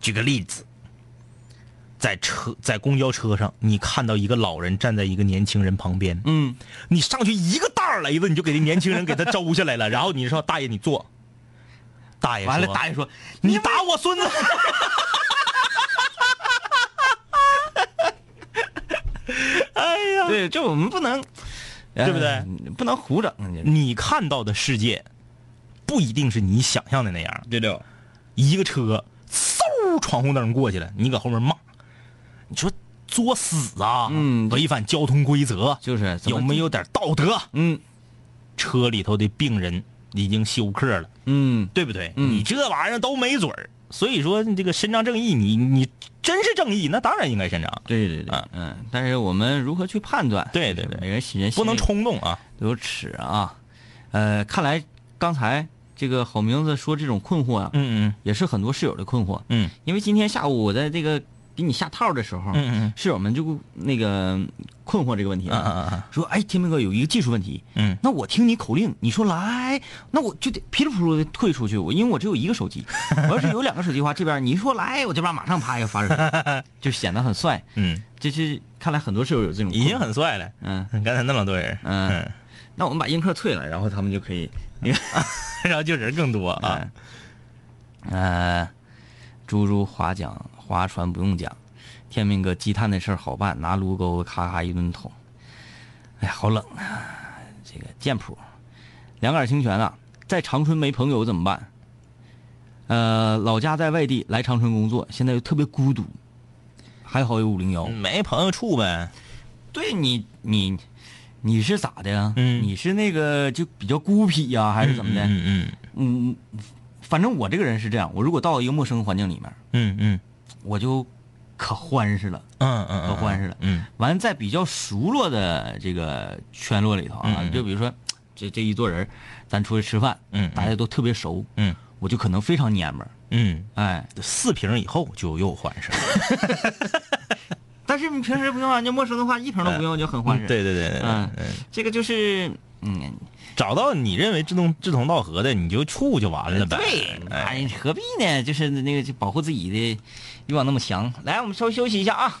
[SPEAKER 3] 举个例子，在车在公交车上，你看到一个老人站在一个年轻人旁边，
[SPEAKER 2] 嗯，
[SPEAKER 3] 你上去一个大雷子，你就给这年轻人给他周下来了，然后你说大爷你坐，大爷说
[SPEAKER 2] 完了，大爷说，
[SPEAKER 3] 你打我孙子。
[SPEAKER 2] 对，这哎我们不能，对
[SPEAKER 3] 不对
[SPEAKER 2] 不能胡整。
[SPEAKER 3] 你看到的世界，不一定是你想象的那样。
[SPEAKER 2] 对对，
[SPEAKER 3] 一个车嗖闯红灯过去了，你搁后面骂，你说作死啊！
[SPEAKER 2] 嗯
[SPEAKER 3] 违反交通规则，
[SPEAKER 2] 就是怎么
[SPEAKER 3] 有没有点道德？
[SPEAKER 2] 嗯
[SPEAKER 3] 车里头的病人已经休克了，
[SPEAKER 2] 嗯，
[SPEAKER 3] 对不对？
[SPEAKER 2] 嗯
[SPEAKER 3] 你这玩意儿都没准儿。所以说，你这个伸张正义，你你真是正义，那当然应该伸张，
[SPEAKER 2] 对对对
[SPEAKER 3] 啊，
[SPEAKER 2] 嗯，但是我们如何去判断？
[SPEAKER 3] 对对对
[SPEAKER 2] 每个人心人
[SPEAKER 3] 不能
[SPEAKER 2] 心里
[SPEAKER 3] 冲动啊。
[SPEAKER 2] 都有尺啊。呃，看来刚才这个好名字说这种困惑啊，
[SPEAKER 3] 嗯
[SPEAKER 2] 也是很多室友的困惑。
[SPEAKER 3] 嗯
[SPEAKER 2] 因为今天下午我在这个给你下套的时候，
[SPEAKER 3] 嗯嗯
[SPEAKER 2] 室友们就那个困惑这个问题
[SPEAKER 3] 嗯嗯嗯嗯
[SPEAKER 2] 说哎，天明哥有一个技术问题，
[SPEAKER 3] 嗯
[SPEAKER 2] 那我听你口令，你说来，那我就得噼里扑噜的退出去，我因为我只有一个手机，我要是有两个手机的话，这边你一说来，我这边马上啪一个发出 来，就显得很帅。
[SPEAKER 3] 嗯，
[SPEAKER 2] 这是看来很多室友有这种，
[SPEAKER 3] 已经，很帅了。
[SPEAKER 2] 嗯
[SPEAKER 3] 刚才那么多人，
[SPEAKER 2] 嗯，那我们把映客退了，然后他们就可以，
[SPEAKER 3] 然后就人更多啊。
[SPEAKER 2] 呃，猪猪划桨划船不用讲，天明哥积碳的事儿好办，拿炉钩咔咔一顿捅。哎呀，好冷啊！这个剑谱，两杆清泉啊，在长春没朋友怎么办？呃，老家在外地，来长春工作，现在又特别孤独，还好有五零幺。
[SPEAKER 3] 没朋友处呗，
[SPEAKER 2] 对你，你你是咋的呀？
[SPEAKER 3] 嗯
[SPEAKER 2] 你是那个就比较孤僻呀、还是怎么的？
[SPEAKER 3] 嗯
[SPEAKER 2] 嗯，反正我这个人是这样，我如果到一个陌生环境里面，
[SPEAKER 3] 嗯嗯嗯
[SPEAKER 2] 我就可欢实了。
[SPEAKER 3] 嗯嗯，
[SPEAKER 2] 可欢实了
[SPEAKER 3] 嗯
[SPEAKER 2] 完，在比较熟络的这个圈落里头啊，
[SPEAKER 3] 嗯嗯
[SPEAKER 2] 就比如说这这一桌人，咱出去吃饭，
[SPEAKER 3] 嗯嗯
[SPEAKER 2] 大家都特别熟，
[SPEAKER 3] 嗯
[SPEAKER 2] 我就可能非常蔫巴儿，
[SPEAKER 3] 嗯，
[SPEAKER 2] 哎，
[SPEAKER 3] 四瓶以后就又欢实了。
[SPEAKER 2] 但是你平时不用啊，你陌生的话一瓶都不用，就很欢实。
[SPEAKER 3] 对，对对对，
[SPEAKER 2] 嗯
[SPEAKER 3] 嗯，
[SPEAKER 2] 这个就是，嗯，
[SPEAKER 3] 找到你认为志同志同道合的，你就处就完了呗。
[SPEAKER 2] 对，
[SPEAKER 3] 哎，
[SPEAKER 2] 哎，何必呢？就是那个就保护自己的欲望那么强。来，我们稍微休息一下啊。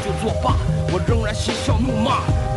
[SPEAKER 4] 就作罢。我仍然嬉笑怒骂，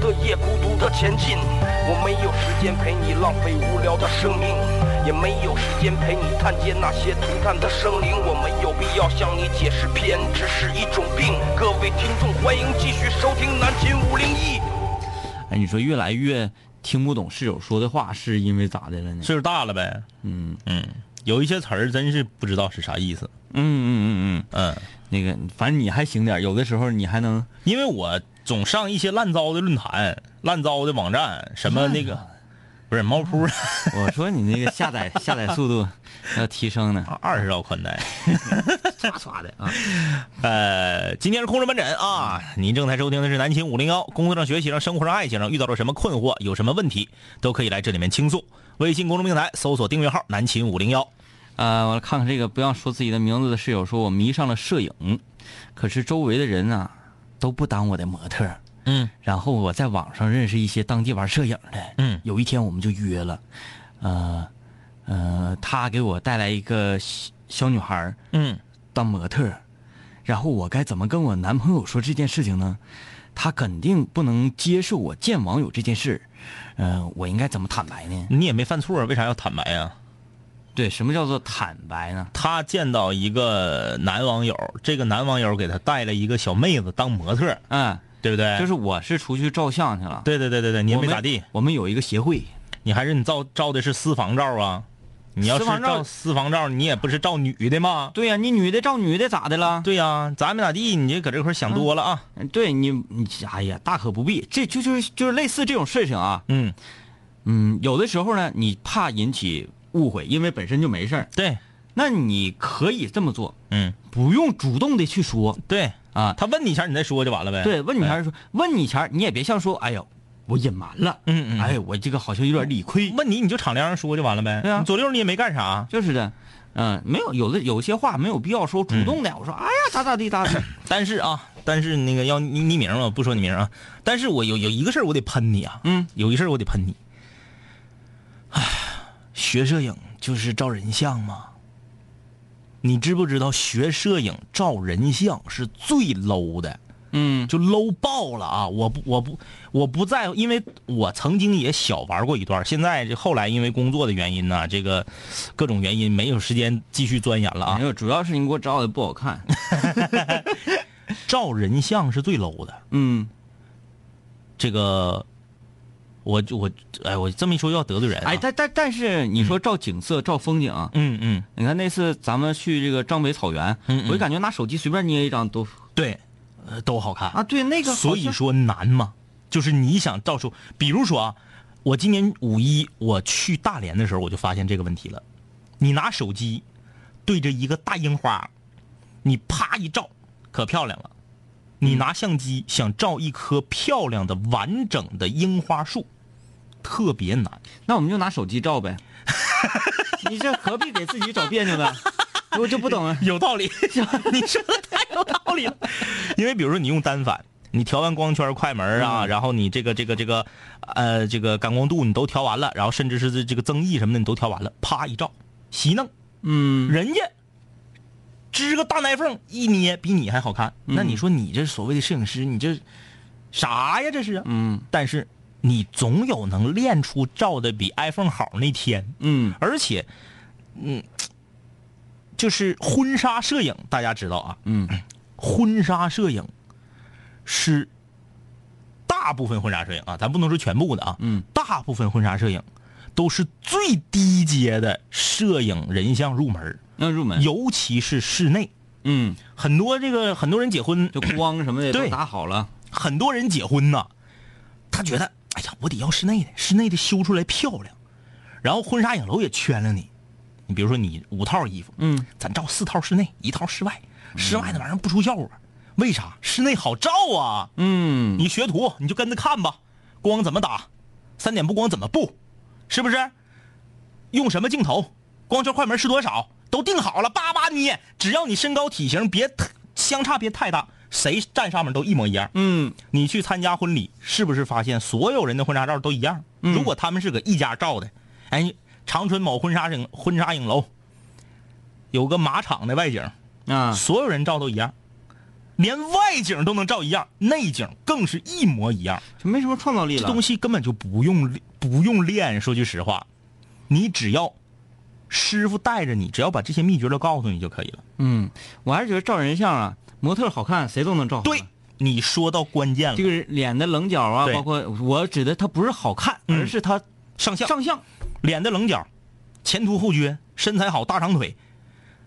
[SPEAKER 4] 的夜，孤独的前进。我没有时间陪你浪费无聊的生命，也没有时间陪你探监那些涂炭的生灵。我没有必要向你解释，偏执是一种病。各位听众，欢迎继续收听南秦五零一。
[SPEAKER 2] 哎，你说越来越听不懂室友说的话，是因为咋的了呢？
[SPEAKER 3] 岁数大了呗。
[SPEAKER 2] 嗯
[SPEAKER 3] 嗯，有一些词儿真是不知道是啥意思。
[SPEAKER 2] 嗯嗯嗯嗯，
[SPEAKER 3] 嗯，
[SPEAKER 2] 那个反正你还行点儿，有的时候你还 能
[SPEAKER 3] 因为我总上一些烂糟的论坛、烂糟的网站，什么那个不是猫扑，
[SPEAKER 2] 我说你那个下载下载速 度要提升呢，
[SPEAKER 3] 二十兆宽带。
[SPEAKER 2] 唰唰的啊。
[SPEAKER 3] 呃，今天是空中门诊啊！您正在收听的是南秦五零幺，工作上、学习上、生活上、爱情上遇到了什么困惑，有什么问题，都可以来这里面倾诉。微信公众平台搜索订阅号“南秦五零幺
[SPEAKER 2] 呃，我来看看这个，不要说自己的名字的室友说，我迷上了摄影，可是周围的人啊都不当我的模特儿。”。
[SPEAKER 3] 嗯
[SPEAKER 2] 然后我在网上认识一些当地玩摄影的，
[SPEAKER 3] 嗯
[SPEAKER 2] 有一天我们就约了，呃，呃，他给我带来一个小小女孩儿
[SPEAKER 3] 嗯，
[SPEAKER 2] 当模特儿，然后我该怎么跟我男朋友说这件事情呢？他肯定不能接受我见网友这件事，呃，我应该怎么坦白呢？
[SPEAKER 3] 你也没犯错，为啥要坦白呀、
[SPEAKER 2] 对，什么叫做坦白呢？
[SPEAKER 3] 他见到一个男网友，这个男网友给他带了一个小妹子当模特，
[SPEAKER 2] 嗯，
[SPEAKER 3] 对不对？
[SPEAKER 2] 就是我是出去照相去了，
[SPEAKER 3] 对对对对对，你也
[SPEAKER 2] 我
[SPEAKER 3] 没
[SPEAKER 2] 们
[SPEAKER 3] 咋地，
[SPEAKER 2] 我们有一个协会，
[SPEAKER 3] 你还是你照照的是私房照啊？你要是
[SPEAKER 2] 私房照
[SPEAKER 3] 照私房照，你也不是照女的吗？
[SPEAKER 2] 对呀、你女的照女的咋的了？
[SPEAKER 3] 对呀、咱没咋地，你这搁这块儿想多了啊。
[SPEAKER 2] 对你，你哎呀，大可不必，这就就是就是类似这种事情啊。
[SPEAKER 3] 嗯，
[SPEAKER 2] 嗯，有的时候呢，你怕引起误会，因为本身就没事儿，
[SPEAKER 3] 对，
[SPEAKER 2] 那你可以这么做，
[SPEAKER 3] 嗯，
[SPEAKER 2] 不用主动的去说
[SPEAKER 3] 对，
[SPEAKER 2] 啊。
[SPEAKER 3] 他问你一下，你再说就完了呗。
[SPEAKER 2] 对，问你前
[SPEAKER 3] 哎
[SPEAKER 2] 儿说，问你前儿，你也别像说，哎呦，我隐瞒了，
[SPEAKER 3] 嗯嗯
[SPEAKER 2] 哎，我这个好像有点理亏，
[SPEAKER 3] 问你你就敞亮着说就完了呗。
[SPEAKER 2] 对啊
[SPEAKER 3] 你左右你也没干啥，
[SPEAKER 2] 就是的，嗯，没有有的有些话没有必要说主动的，我说，哎呀，咋咋地咋咋地，
[SPEAKER 3] 但是啊，但是那个要你你名嘛，不说你名啊。但是我有有一个事儿我得喷你啊，
[SPEAKER 2] 嗯，
[SPEAKER 3] 有一事儿我得喷你。唉，学摄影就是照人像嘛。你知不知道学摄影照人像是最 low 的？
[SPEAKER 2] 嗯
[SPEAKER 3] 就 low 爆了啊！我不，我不，我不在乎，因为我曾经也小玩过一段，现在这后来因为工作的原因呢、这个各种原因没有时间继续钻研了啊
[SPEAKER 2] 没。有，主要是你给我照的不好看，
[SPEAKER 3] 照人像是最 low 的，
[SPEAKER 2] 嗯，
[SPEAKER 3] 这个我就我哎，我这么一说又要得罪人、啊。
[SPEAKER 2] 哎，但但但是你说照景色、照风景啊，
[SPEAKER 3] 嗯嗯，
[SPEAKER 2] 你看那次咱们去这个张北草原，
[SPEAKER 3] 嗯嗯
[SPEAKER 2] 我就感觉拿手机随便捏一张都
[SPEAKER 3] 对，呃，都好看
[SPEAKER 2] 啊，。对那个好像，
[SPEAKER 3] 所以说难嘛，就是你想到处，比如说啊，我今年五一我去大连的时候，我就发现这个问题了。你拿手机对着一个大樱花，你啪一照，可漂亮了。
[SPEAKER 2] 嗯
[SPEAKER 3] 你拿相机想照一棵漂亮的完整的樱花树，特别难。
[SPEAKER 2] 那我们就拿手机照 呗，你这何必给自己找别扭呢？ 我就不懂啊了，
[SPEAKER 3] 有道理， 你说的太有道理了。 因为比如说你用单反，你调完光圈、快门啊，然后你这个这个这个呃这个感光度你都调完了，然后甚至是这这个增益什么的你都调完了，啪一照，稀弄，
[SPEAKER 2] 嗯，
[SPEAKER 3] 人家支个大奶缝一捏比你还好看。那你说你这所谓的摄影师，你这啥呀？这是啊
[SPEAKER 2] 嗯
[SPEAKER 3] 但是你总有能练出照的比 iPhone 好那天。
[SPEAKER 2] 嗯
[SPEAKER 3] 而且，嗯，就是婚纱摄影，大家知道啊，
[SPEAKER 2] 嗯，
[SPEAKER 3] 婚纱摄影是大部分婚纱摄影啊，咱不能说全部的啊，
[SPEAKER 2] 嗯，
[SPEAKER 3] 大部分婚纱摄影都是最低阶的摄影人像入门儿，
[SPEAKER 2] 那入门，
[SPEAKER 3] 尤其是室内，
[SPEAKER 2] 嗯，
[SPEAKER 3] 很多这个很多人结婚，
[SPEAKER 2] 就光什么的都
[SPEAKER 3] 对
[SPEAKER 2] 打好了，
[SPEAKER 3] 很多人结婚呐，他觉得，哎呀，我得要室内的，室内的修出来漂亮，然后婚纱影楼也圈了你，你比如说你五套衣服，
[SPEAKER 2] 嗯，
[SPEAKER 3] 咱照四套室内，一套室外，室外那玩意儿不出效果，为啥？室内好照啊，
[SPEAKER 2] 嗯，
[SPEAKER 3] 你学徒你就跟着看吧，光怎么打，三点布光怎么布，是不是？用什么镜头，光圈快门是多少，都定好了，叭叭捏，只要你身高体型别太相差别太大，谁站上面都一模一样。
[SPEAKER 2] 嗯，
[SPEAKER 3] 你去参加婚礼，是不是发现所有人的婚纱照都一样？如果他们是搁一家照的，哎，长春某婚纱影婚纱影楼有个马场的外景，
[SPEAKER 2] 啊，
[SPEAKER 3] 所有人照都一样，连外景都能照一样，内景更是一模一样。
[SPEAKER 2] 就没什么创造力
[SPEAKER 3] 这
[SPEAKER 2] 了。
[SPEAKER 3] 东西根本就不用不用练。说句实话，你只要师傅带着你，只要把这些秘诀都告诉你就可以了。
[SPEAKER 2] 嗯，我还是觉得照人像啊，模特好看，谁都能照好看。啊
[SPEAKER 3] 对，你说到关键了，
[SPEAKER 2] 这个脸的棱角啊，
[SPEAKER 3] 对
[SPEAKER 2] 包括我指的它不是好看，
[SPEAKER 3] 嗯
[SPEAKER 2] 而是它
[SPEAKER 3] 上相
[SPEAKER 2] 上相。
[SPEAKER 3] 脸的棱角，前凸后撅，身材好，大长腿，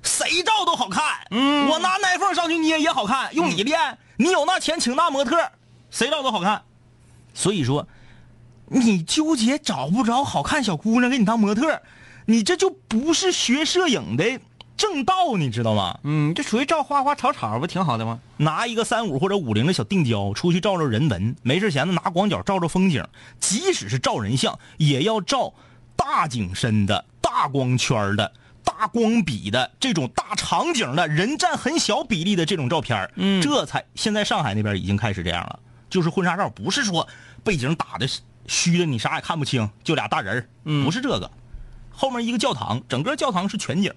[SPEAKER 3] 谁照都好看。嗯，我拿奶缝上去捏也好看，用你练，你有那钱请那模特，谁照都好看。所以说，你纠结找不着好看小姑娘给你当模特，你这就不是学摄影的正道，你知道吗？
[SPEAKER 2] 嗯，这属于照花花草草不挺好的吗？
[SPEAKER 3] 拿一个三五或者五零的小定焦出去照照人文，没事闲的拿广角照照风景，即使是照人像，也要照大景深的、大光圈的、大光比的这种大场景的人占很小比例的这种照片儿
[SPEAKER 2] 嗯
[SPEAKER 3] 这才现在上海那边已经开始这样了，就是婚纱照，不是说背景打的虚的，你啥也看不清，就俩大人儿不是这个，后面一个教堂，整个教堂是全景。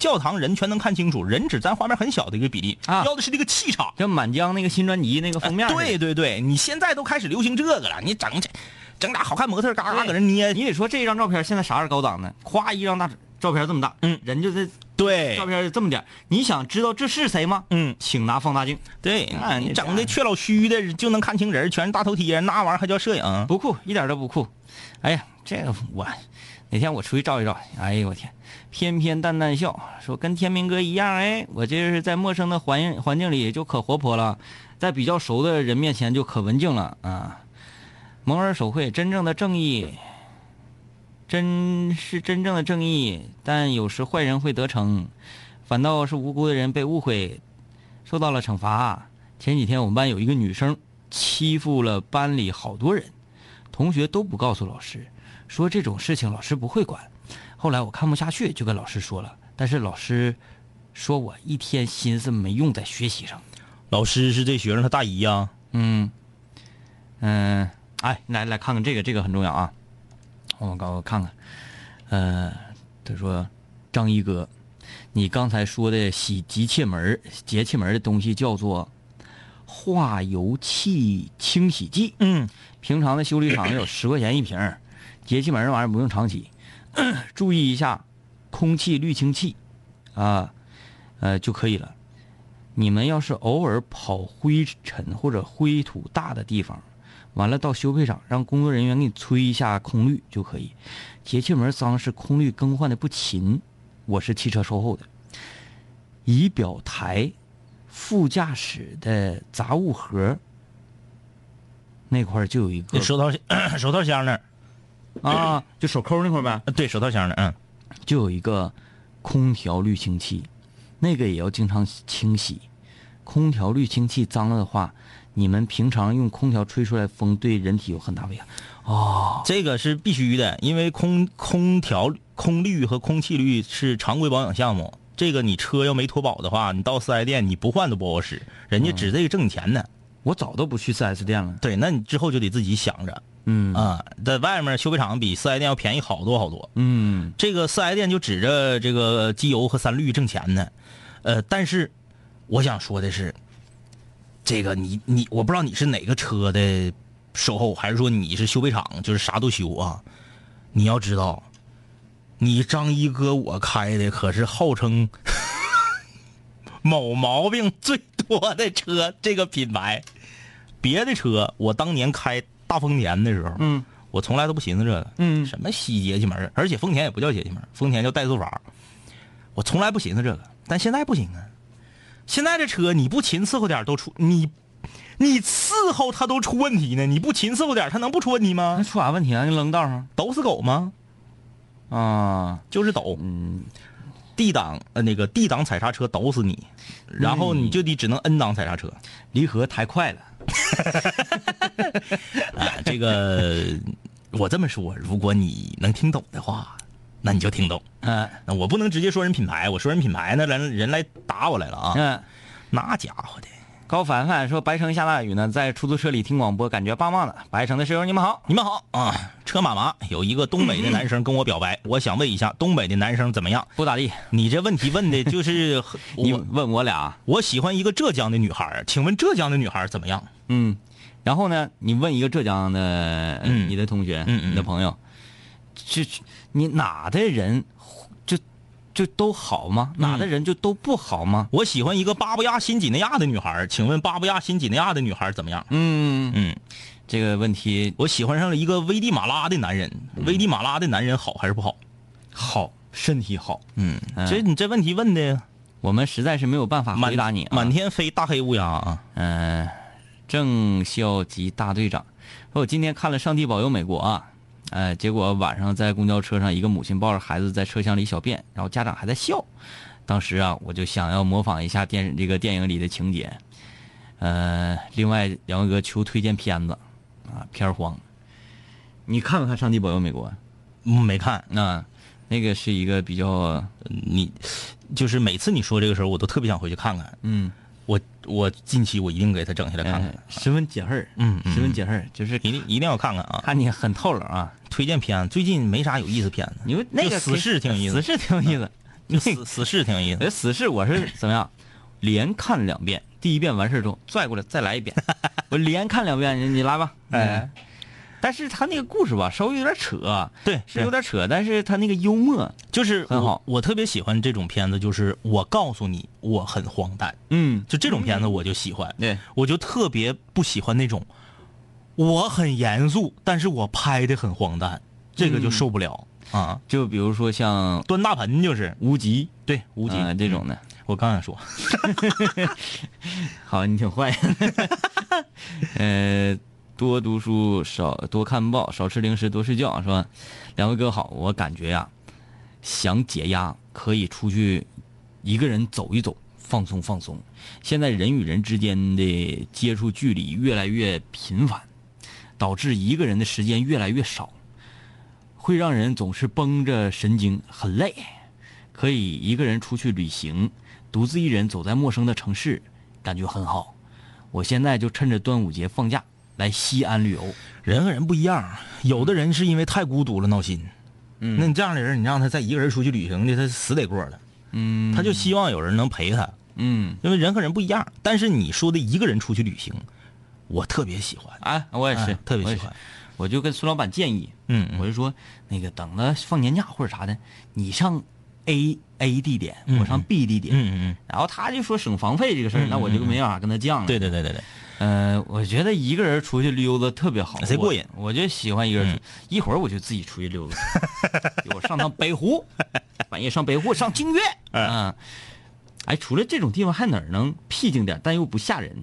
[SPEAKER 3] 教堂人全能看清楚，人只占画面很小的一个比例，
[SPEAKER 2] 啊
[SPEAKER 3] 要的是这个气场。哎
[SPEAKER 2] 像满江那个新专辑那个封面、
[SPEAKER 3] 对，对对，你现在都开始流行这个了，你整这整俩好看模特，嘎嘎搁那捏，
[SPEAKER 2] 你得说这张照片现在啥是高档的？夸一张大照片这么大，
[SPEAKER 3] 嗯
[SPEAKER 2] 人就这
[SPEAKER 3] 对
[SPEAKER 2] 照片就这么点儿你想知道这是谁吗？
[SPEAKER 3] 嗯，
[SPEAKER 2] 请拿放大镜，
[SPEAKER 3] 对，
[SPEAKER 2] 那
[SPEAKER 3] 你
[SPEAKER 2] 哎你
[SPEAKER 3] 整
[SPEAKER 2] 这
[SPEAKER 3] 的却老虚的，就能看清人，全是大头贴，那玩意儿还叫摄影？
[SPEAKER 2] 不酷，一点都不酷。哎呀，这个我哪天我出去照一照，哎呦我天，偏偏淡淡笑说跟天明哥一样，哎，我这是在陌生的环境环境里就可活泼了，在比较熟的人面前就可文静了啊。蒙尔手绘真正的正义，真是真正的正义，但有时坏人会得逞，反倒是无辜的人被误会，受到了惩罚。前几天我们班有一个女生欺负了班里好多人，同学都不告诉老师，说这种事情老师不会管。后来我看不下去，就跟老师说了，但是老师说我一天心思没用在学习上。
[SPEAKER 3] 老师是这学生他大姨呀、啊
[SPEAKER 2] 嗯嗯，哎，来来看看这个，这个很重要啊。我搞我看看，呃，他说张一哥，你刚才说的喜集气门儿节气门儿的东西叫做化油器清洗剂。
[SPEAKER 3] 嗯，
[SPEAKER 2] 平常的修理厂有十块钱一瓶儿，节气门那玩意儿不用常洗，注意一下空气滤清器啊，呃就可以了。你们要是偶尔跑灰尘或者灰土大的地方，完了到修配厂让工作人员给你吹一下空滤就可以。节气门脏是空滤更换的不勤，我是汽车售后的，仪表台、副驾驶的杂物盒那块儿就有一个
[SPEAKER 3] 手套手套箱那儿，
[SPEAKER 2] 啊， 就手抠那块儿呗，
[SPEAKER 3] 对手套箱那儿，嗯
[SPEAKER 2] 就有一个空调滤清器，那个也要经常清洗。空调滤清器脏了的话，你们平常用空调吹出来风对人体有很大危害。
[SPEAKER 3] 嗯，这个是必须的，因为空空调空滤和空气滤是常规保养项目。这个你车要没脱保的话，你到四 S 店你不换都不好使，人家指这个挣你钱呢。
[SPEAKER 2] 我早都不去 4S 店了。
[SPEAKER 3] 对，那你之后就得自己想着。
[SPEAKER 2] 嗯
[SPEAKER 3] 啊，在外面修配厂比四 S 店要便宜好多好多。
[SPEAKER 2] 嗯，
[SPEAKER 3] 这个四 S 店就指着这个机油和三滤挣钱呢，呃，但是我想说的是，这个你你我不知道你是哪个车的售后，还是说你是修配厂，就是啥都修啊？你要知道，你张一哥我开的可是号称 某毛病最多的车这个品牌，别的车，我当年开大丰田的时候，
[SPEAKER 2] 嗯，
[SPEAKER 3] 我从来都不寻思这个，
[SPEAKER 2] 嗯
[SPEAKER 3] 什么西节气门儿，而且丰田也不叫节气门儿，丰田叫怠速阀，我从来不寻思这个，但现在不行啊，现在这车你不勤伺候点儿都出你，你伺候它都出问题呢，你不勤伺候点儿它能不出问题
[SPEAKER 2] 那
[SPEAKER 3] 吗？
[SPEAKER 2] 出啥问题啊？你扔道上
[SPEAKER 3] 抖死狗吗？
[SPEAKER 2] 啊？
[SPEAKER 3] 就是抖，嗯，D 档呃那个 D 档踩刹车抖死你，然后你就得只能 N 档踩刹车，
[SPEAKER 2] 离合太快了，
[SPEAKER 3] 啊，这个 我这么说，如果你能听懂的话，那你就听懂。
[SPEAKER 2] 嗯
[SPEAKER 3] 那我不能直接说人品牌，我说人品牌那人人来打我来了啊！
[SPEAKER 2] 嗯。
[SPEAKER 3] 那家伙的，
[SPEAKER 2] 高凡凡说：“白城下大雨呢，在出租车里听广播，感觉棒棒的。白城的室友，你们好。
[SPEAKER 3] 你们好啊！车马麻有一个东北的男生跟我表白，我想问一下东北的男生怎么样？
[SPEAKER 2] 不咋地，
[SPEAKER 3] 你这问题问的就是
[SPEAKER 2] 你
[SPEAKER 3] 我
[SPEAKER 2] 问我俩，啊
[SPEAKER 3] 我喜欢一个浙江的女孩儿，请问浙江的女孩儿怎么样？
[SPEAKER 2] 嗯，然后呢，你问一个浙江的、
[SPEAKER 3] 嗯
[SPEAKER 2] 你的同学、
[SPEAKER 3] 嗯嗯
[SPEAKER 2] 你的朋友，就你哪的人就就都好吗？
[SPEAKER 3] 嗯
[SPEAKER 2] 哪的人就都不好吗？
[SPEAKER 3] 我喜欢一个巴布亚新几内亚的女孩儿，请问巴布亚新几内亚的女孩儿怎么样？
[SPEAKER 2] 嗯，
[SPEAKER 3] 嗯，
[SPEAKER 2] 这个问题
[SPEAKER 3] 我喜欢上了一个危地马拉的男人，
[SPEAKER 2] 嗯
[SPEAKER 3] 危地马拉的男人好还是不好？
[SPEAKER 2] 好，身体好，
[SPEAKER 3] 嗯
[SPEAKER 2] 嗯，
[SPEAKER 3] 所以你这问题问的
[SPEAKER 2] 我们实在是没有办法
[SPEAKER 3] 满
[SPEAKER 2] 回答你、啊。
[SPEAKER 3] 满天飞大黑乌鸦啊！
[SPEAKER 2] 嗯，郑孝吉大队长说：“我今天看了《上帝保佑美国》啊，呃，结果晚上在公交车上，一个母亲抱着孩子在车厢里小便，然后家长还在笑。当时啊，我就想要模仿一下电这个电影里的情节。呃，另外杨哥求推荐片子啊，片儿荒。你看没看《上帝保佑美国》啊？
[SPEAKER 3] 嗯没看
[SPEAKER 2] 那、那个是一个比较
[SPEAKER 3] 你，就是每次你说这个时候，我都特别想回去看看。
[SPEAKER 2] 嗯
[SPEAKER 3] 我我近期我一定给他整下来看
[SPEAKER 2] 呃
[SPEAKER 3] 看，
[SPEAKER 2] 十分解恨，
[SPEAKER 3] 嗯嗯
[SPEAKER 2] 十分解恨，就是
[SPEAKER 3] 一定一定要看看啊！
[SPEAKER 2] 看你很透了啊。”
[SPEAKER 3] 推荐片，最近没啥有意思片子，
[SPEAKER 2] 你说那
[SPEAKER 3] 就
[SPEAKER 2] 个
[SPEAKER 3] 死侍挺有意思嗯
[SPEAKER 2] 死侍挺有意思。
[SPEAKER 3] 就死死侍挺有意
[SPEAKER 2] 我
[SPEAKER 3] 思
[SPEAKER 2] 觉。得死侍我是怎么样，连看两遍，第一遍完事儿之后拽过来再来一遍，我连看两遍，你你来吧。
[SPEAKER 3] 哎
[SPEAKER 2] 嗯，但是他那个故事吧，稍微有点扯，
[SPEAKER 3] 对，
[SPEAKER 2] 是有点扯，但是他那个幽默，
[SPEAKER 3] 就是
[SPEAKER 2] 很好
[SPEAKER 3] 我。我特别喜欢这种片子，就是我告诉你我很荒诞，
[SPEAKER 2] 嗯，
[SPEAKER 3] 就这种片子我就喜欢。
[SPEAKER 2] 对，
[SPEAKER 3] 我就特别不喜欢那种，我很严肃，但是我拍的很荒诞，这
[SPEAKER 2] 嗯
[SPEAKER 3] 个就受不了、啊！
[SPEAKER 2] 就比如说像
[SPEAKER 3] 端大盆就是
[SPEAKER 2] 无极、
[SPEAKER 3] 对无极、嗯
[SPEAKER 2] 啊这种的。
[SPEAKER 3] 我刚想说，
[SPEAKER 2] 好，你挺坏。呃，多读书，少多看报，少吃零食，多睡觉，是吧？两位哥好，我感觉呀、想解压可以出去一个人走一走，放松放松。现在人与人之间的接触距离越来越频繁，导致一个人的时间越来越少，会让人总是绷着神经，很累。可以一个人出去旅行，独自一人走在陌生的城市，感觉很好。我现在就趁着端午节放假来西安旅游。
[SPEAKER 3] 人和人不一样，有的人是因为太孤独了闹心，嗯，那你这样的人，你让他再一个人出去旅行去，他死得过了，嗯，他就希望有人能陪他，
[SPEAKER 2] 嗯，
[SPEAKER 3] 因为人和人不一样。但是你说的一个人出去旅行，我特别喜欢，
[SPEAKER 2] 啊，我也是，
[SPEAKER 3] 哎特别
[SPEAKER 2] 我也
[SPEAKER 3] 喜欢
[SPEAKER 2] 是。我就跟孙老板建议，
[SPEAKER 3] 嗯嗯
[SPEAKER 2] 我就说那个等了放年假或者啥的，你上 A A 地点，
[SPEAKER 3] 嗯
[SPEAKER 2] 我上 B 地点。
[SPEAKER 3] 嗯嗯
[SPEAKER 2] 然后他就说省房费这个事儿，那我就没办法跟他犟了。
[SPEAKER 3] 嗯，对对对对对，
[SPEAKER 2] 呃，我觉得一个人出去溜达特别好，
[SPEAKER 3] 贼过瘾嗯
[SPEAKER 2] 我。我就喜欢一个人出，一会儿我就自己出去溜 达，我上趟北湖，半夜上北湖，上清月，嗯、哎，除了这种地方，还哪儿能僻静点，但又不吓人？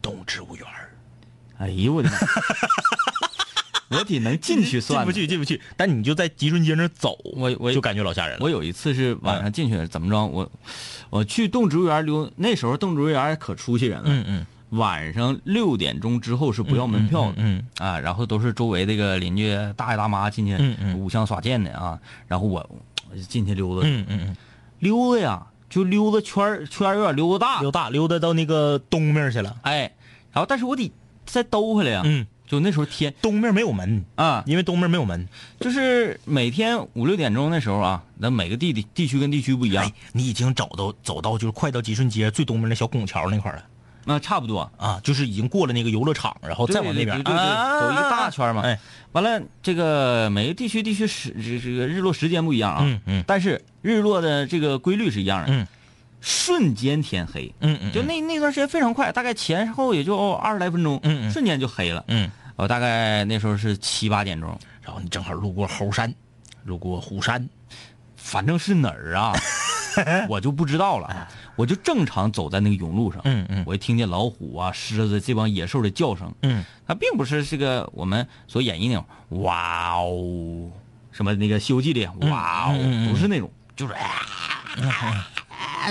[SPEAKER 3] 动物植物园儿
[SPEAKER 2] 哎呦 我的妈，我挺能进去算
[SPEAKER 3] 进
[SPEAKER 2] 的。
[SPEAKER 3] 不去，进不去。但你就在吉顺街那儿走，
[SPEAKER 2] 我我
[SPEAKER 3] 就感觉老吓人了。
[SPEAKER 2] 我有一次是晚上进去怎么着？我我去动植物园溜，那时候动植物园可出息人了。
[SPEAKER 3] 嗯嗯
[SPEAKER 2] 晚上六点钟之后是不要门票的，
[SPEAKER 3] 嗯嗯
[SPEAKER 2] 啊，然后都是周围这个邻居大爷大妈进去
[SPEAKER 3] 嗯嗯
[SPEAKER 2] 舞枪耍剑的啊，然后我我就进去溜达、
[SPEAKER 3] 嗯嗯
[SPEAKER 2] 溜达呀，就溜达圈儿圈儿有点溜达大，
[SPEAKER 3] 嗯，溜达溜达到那个东面去了。
[SPEAKER 2] 哎，然后但是我得再兜回来呀、
[SPEAKER 3] 嗯，
[SPEAKER 2] 就那时候天
[SPEAKER 3] 东面没有门，
[SPEAKER 2] 啊，
[SPEAKER 3] 因为东面没有门。
[SPEAKER 2] 就是每天五六点钟那时候啊，那每个地地地区跟地区不一样
[SPEAKER 3] 哎，，你已经找到走到就是快到吉顺街最东面那小拱桥那块儿了
[SPEAKER 2] 那、差不多，
[SPEAKER 3] 啊，就是已经过了那个游乐场，然后
[SPEAKER 2] 对
[SPEAKER 3] 哦再往那边
[SPEAKER 2] 对对对
[SPEAKER 3] 啊
[SPEAKER 2] 走一个大圈嘛
[SPEAKER 3] 哎，
[SPEAKER 2] 完了，这个每个地区地区时这这个日落时间不一样啊，
[SPEAKER 3] 嗯嗯
[SPEAKER 2] 但是日落的这个规律是一样的。
[SPEAKER 3] 嗯，
[SPEAKER 2] 瞬间天黑。
[SPEAKER 3] 嗯嗯，
[SPEAKER 2] 就那那段时间非常快，大概前后也就二十来分钟，
[SPEAKER 3] 嗯嗯
[SPEAKER 2] 瞬间就黑了。
[SPEAKER 3] 嗯，
[SPEAKER 2] 我大概那时候是七八点钟，
[SPEAKER 3] 然后你正好路过猴山，路过虎山，
[SPEAKER 2] 反正是哪儿 啊，我就不知道了啊，我就正常走在那个甬路上，
[SPEAKER 3] 嗯嗯
[SPEAKER 2] 我就听见老虎啊、狮子这帮野兽的叫声，
[SPEAKER 3] 嗯，
[SPEAKER 2] 它并不是这个我们所演绎那种哇哦，什么那个《西游记》里哇哦，
[SPEAKER 3] 嗯嗯嗯
[SPEAKER 2] 不是那种，就是啊，
[SPEAKER 3] 嗯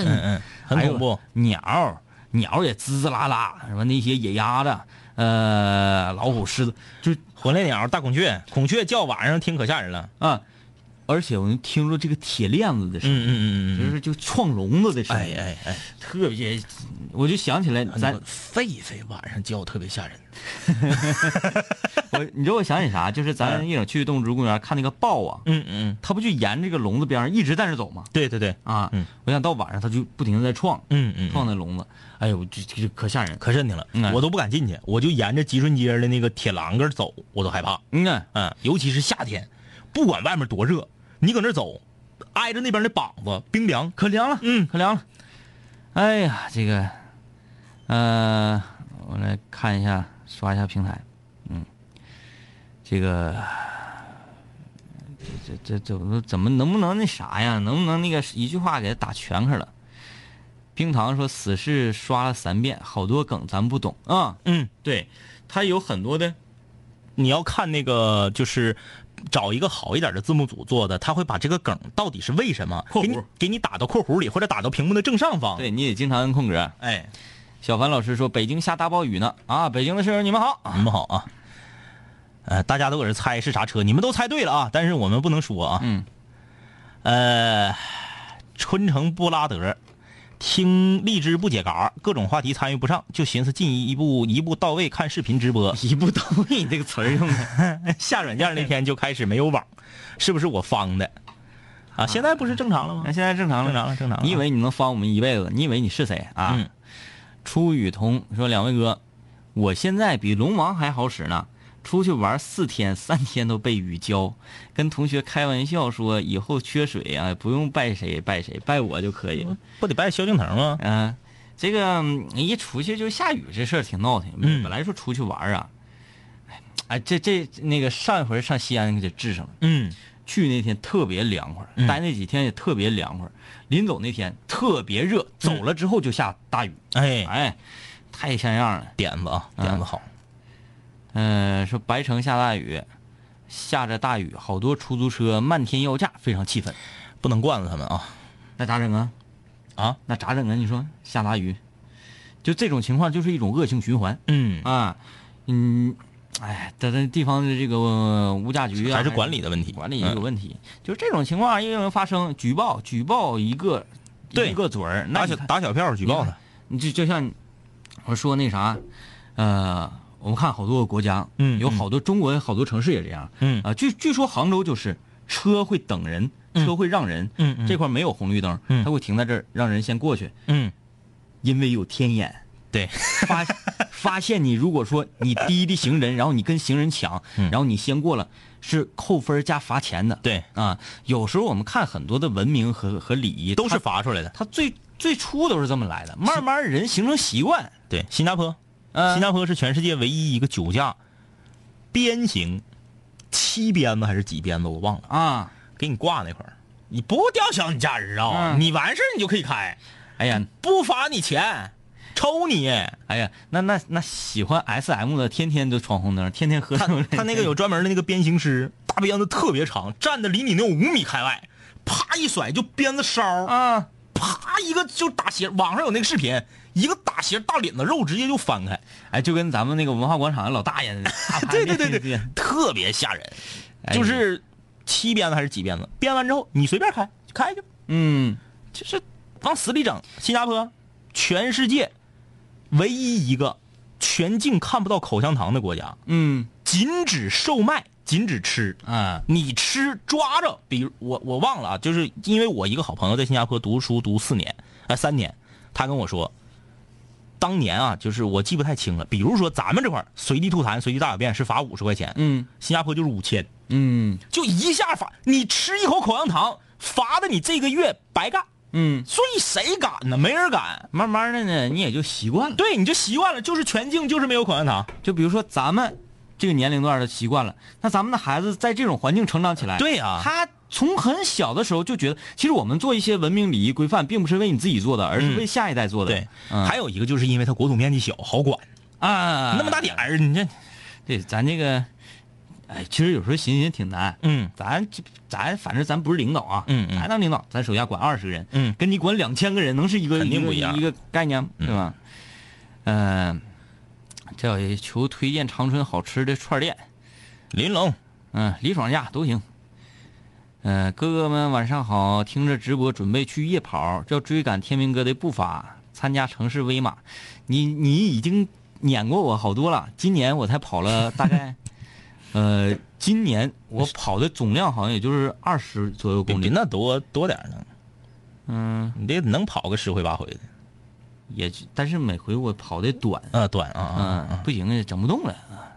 [SPEAKER 3] 嗯，很
[SPEAKER 2] 还有
[SPEAKER 3] 恐怖，
[SPEAKER 2] 鸟，鸟也滋滋啦啦，什么那些野鸭子，呃，老虎、狮子，就
[SPEAKER 3] 火烈鸟、大孔雀，孔雀叫晚上听可吓人了。
[SPEAKER 2] 啊，而且我能听着这个铁链子的声音，
[SPEAKER 3] 嗯
[SPEAKER 2] 就
[SPEAKER 3] 嗯嗯
[SPEAKER 2] 是就撞笼子的
[SPEAKER 3] 嗯，
[SPEAKER 2] 声
[SPEAKER 3] 哎
[SPEAKER 2] 音，
[SPEAKER 3] 哎哎，
[SPEAKER 2] 特别，我就想起来咱
[SPEAKER 3] 咱狒狒晚上叫特别吓人。
[SPEAKER 2] 我，你知道我想起啥？就是咱一整去动物植物公园看那个豹啊，
[SPEAKER 3] 嗯嗯，
[SPEAKER 2] 它不就沿这个笼子边上一直在那走吗？
[SPEAKER 3] 对对对，
[SPEAKER 2] 啊，
[SPEAKER 3] 嗯
[SPEAKER 2] 我想到晚上它就不停的在撞，
[SPEAKER 3] 嗯嗯
[SPEAKER 2] 撞那笼子，哎呦，这这这可吓人。
[SPEAKER 3] 可瘆挺了
[SPEAKER 2] 嗯，
[SPEAKER 3] 我都不敢进去，我就沿着吉顺街的那个铁栏杆走，我都害怕。
[SPEAKER 2] 嗯呐，
[SPEAKER 3] 嗯，尤其是夏天，不管外面多热，你搁那走，挨着那边的膀子冰凉。
[SPEAKER 2] 可凉了，
[SPEAKER 3] 嗯
[SPEAKER 2] 可凉了。哎呀，这个，呃，我来看一下，刷一下平台，嗯，这个，这这这怎么怎么能不能那啥呀？能不能那个一句话给他打全开了？冰糖说死侍刷了三遍，好多梗咱不懂啊、
[SPEAKER 3] 嗯，
[SPEAKER 2] 对，他有很多的，
[SPEAKER 3] 你要看那个就是。找一个好一点的字幕组做的，他会把这个梗到底是为什么
[SPEAKER 2] 括弧
[SPEAKER 3] 给你给你打到括弧里，或者打到屏幕的正上方。，
[SPEAKER 2] 对你得经常摁空格。
[SPEAKER 3] 哎，
[SPEAKER 2] 小凡老师说北京下大暴雨呢啊！北京的室友你们好，
[SPEAKER 3] 你们好啊。呃，大家都搁这猜是啥车，你们都猜对了啊，但是我们不能说啊。
[SPEAKER 2] 嗯。
[SPEAKER 3] 呃，春城布拉德，听荔枝不解嘎，各种话题参与不上，就寻思进一步一步到位看视频直播。
[SPEAKER 2] 一步到位这个词儿用的。
[SPEAKER 3] 下软件那天就开始没有网，是不是我方的？啊，现在不是正常了吗
[SPEAKER 2] 那？现在正常了，
[SPEAKER 3] 正常了正常了啊
[SPEAKER 2] 你以为你能防我们一辈子？你以为你是谁啊？
[SPEAKER 3] 嗯
[SPEAKER 2] 初雨桐说：“两位哥，我现在比龙王还好使呢。出去玩四天，三天都被雨浇。跟同学开玩笑说，以后缺水啊，不用拜谁拜谁，拜我就可以了。
[SPEAKER 3] 不得拜萧敬腾吗？
[SPEAKER 2] 嗯、这个嗯一出去就下雨，这事儿挺闹挺。
[SPEAKER 3] 嗯
[SPEAKER 2] 本来说出去玩啊，哎哎，这这那个上一回上西安给治上了。
[SPEAKER 3] 嗯，
[SPEAKER 2] 去那天特别凉快，
[SPEAKER 3] 嗯
[SPEAKER 2] 待那几天也特别凉快。临走那天特别热，
[SPEAKER 3] 嗯
[SPEAKER 2] 走了之后就下大雨，
[SPEAKER 3] 哎，
[SPEAKER 2] 哎，太像样了。
[SPEAKER 3] 点子啊，点子好。
[SPEAKER 2] 嗯、说白城下大雨，下着大雨，好多出租车漫天要价，非常气愤。
[SPEAKER 3] 不能惯着他们啊
[SPEAKER 2] 那咋整啊？
[SPEAKER 3] 啊，
[SPEAKER 2] 那咋整啊？你说下大雨，就这种情况就是一种恶性循环
[SPEAKER 3] 嗯，
[SPEAKER 2] 啊。嗯，哎，咱咱地方的这个呃物价局啊，
[SPEAKER 3] 还是管理的问题，
[SPEAKER 2] 管理
[SPEAKER 3] 嗯
[SPEAKER 2] 有问题，就这种情况一有人发生，举报举报一个
[SPEAKER 3] 对
[SPEAKER 2] 一个嘴儿，那
[SPEAKER 3] 打
[SPEAKER 2] 你
[SPEAKER 3] 小
[SPEAKER 2] 看
[SPEAKER 3] 打小票举报他。
[SPEAKER 2] 你就就像我说那啥，呃，我们看好多个国家，
[SPEAKER 3] 嗯
[SPEAKER 2] 有好多中国好多城市也这样，
[SPEAKER 3] 嗯
[SPEAKER 2] 啊、据据说杭州就是车会等人，车会让人，
[SPEAKER 3] 嗯嗯
[SPEAKER 2] 这块没有红绿灯，
[SPEAKER 3] 嗯
[SPEAKER 2] 它会停在这儿让人先过去，
[SPEAKER 3] 嗯，
[SPEAKER 2] 因为有天眼。
[SPEAKER 3] 对，
[SPEAKER 2] 发发现你如果说你滴滴行人，然后你跟行人抢，
[SPEAKER 3] 嗯
[SPEAKER 2] 然后你先过了，是扣分加罚钱的。
[SPEAKER 3] 对
[SPEAKER 2] 啊，有时候我们看很多的文明和和礼仪
[SPEAKER 3] 都是
[SPEAKER 2] 它
[SPEAKER 3] 罚出来的。
[SPEAKER 2] 它最最初都是这么来的，慢慢人形成习惯。
[SPEAKER 3] 对，新加坡，
[SPEAKER 2] 嗯
[SPEAKER 3] 新加坡是全世界唯一一个酒驾鞭刑，七鞭子还是几鞭子我忘了，
[SPEAKER 2] 啊，
[SPEAKER 3] 给你挂那块儿，你不吊销你驾驶照，
[SPEAKER 2] 嗯
[SPEAKER 3] 你完事儿你就可以开，
[SPEAKER 2] 哎呀，
[SPEAKER 3] 不罚你钱，抽你。
[SPEAKER 2] 哎呀，那那那喜欢 S M 的，天天都闯红灯，天天喝
[SPEAKER 3] 他
[SPEAKER 2] 酒。
[SPEAKER 3] 他那个有专门的那个鞭刑师，大鞭子特别长，站的离你能有五米开外，啪一甩就鞭子梢儿，
[SPEAKER 2] 啊，
[SPEAKER 3] 啪一个就打斜。网上有那个视频，一个打斜大领子肉直接就翻开。
[SPEAKER 2] 哎，就跟咱们那个文化广场的老大爷，大
[SPEAKER 3] 对
[SPEAKER 2] 排
[SPEAKER 3] 对
[SPEAKER 2] 面
[SPEAKER 3] 对对，特别吓人，就是七鞭子还是几鞭子？鞭完之后你随便开，开就
[SPEAKER 2] 嗯，
[SPEAKER 3] 就是往死里整。新加坡，全世界唯一一个全境看不到口香糖的国家，
[SPEAKER 2] 嗯
[SPEAKER 3] 禁止售卖，禁止吃。
[SPEAKER 2] 啊，
[SPEAKER 3] 你吃抓着，比如我我忘了啊，就是因为我一个好朋友在新加坡读书读四年，啊、三年，他跟我说，当年啊，就是我记不太清了，比如说咱们这块儿随地吐痰、随地大小便是罚五十块钱，
[SPEAKER 2] 嗯
[SPEAKER 3] 新加坡就是五千，
[SPEAKER 2] 嗯，
[SPEAKER 3] 就一下罚你吃一口口香糖，罚的你这个月白干。
[SPEAKER 2] 嗯，
[SPEAKER 3] 所以谁敢呢？没人敢。
[SPEAKER 2] 慢慢的呢，你也就习惯了。
[SPEAKER 3] 对，你就习惯了，就是全净，就是没有口香糖。
[SPEAKER 2] 就比如说咱们这个年龄段的习惯了，那咱们的孩子在这种环境成长起来，
[SPEAKER 3] 对啊呀
[SPEAKER 2] 他从很小的时候就觉得，其实我们做一些文明礼仪规范，并不是为你自己做的，而是为下一代做的。
[SPEAKER 3] 对，
[SPEAKER 2] 嗯、
[SPEAKER 3] 还有一个就是因为它国土面积小，好管，
[SPEAKER 2] 啊，
[SPEAKER 3] 那么大点儿，你这，
[SPEAKER 2] 对，咱这个，哎，其实有时候寻寻挺难。
[SPEAKER 3] 嗯
[SPEAKER 2] 咱咱反正咱不是领导啊，
[SPEAKER 3] 嗯嗯
[SPEAKER 2] 咱当领导，咱手下管二十个人，
[SPEAKER 3] 嗯
[SPEAKER 2] 跟你管两千个人能是一个
[SPEAKER 3] 肯定不一
[SPEAKER 2] 一个
[SPEAKER 3] 样
[SPEAKER 2] 一个概念吗对吧？嗯、这有一求推荐长春好吃的串儿店，
[SPEAKER 3] 林龙，
[SPEAKER 2] 嗯、李爽家都行。嗯、哥哥们晚上好，听着直播准备去夜跑，要追赶天明哥的步伐，参加城市威马。你你已经撵过我好多了，今年我才跑了大概，呃，今年我跑的总量好像也就是二十左右
[SPEAKER 3] 比
[SPEAKER 2] 公
[SPEAKER 3] 比
[SPEAKER 2] 里，
[SPEAKER 3] 那多多点儿呢，
[SPEAKER 2] 嗯，
[SPEAKER 3] 你得能跑个十回八回的。
[SPEAKER 2] 也就但是每回我跑的短，
[SPEAKER 3] 啊，短啊啊
[SPEAKER 2] 嗯、不行啊，整不动了。啊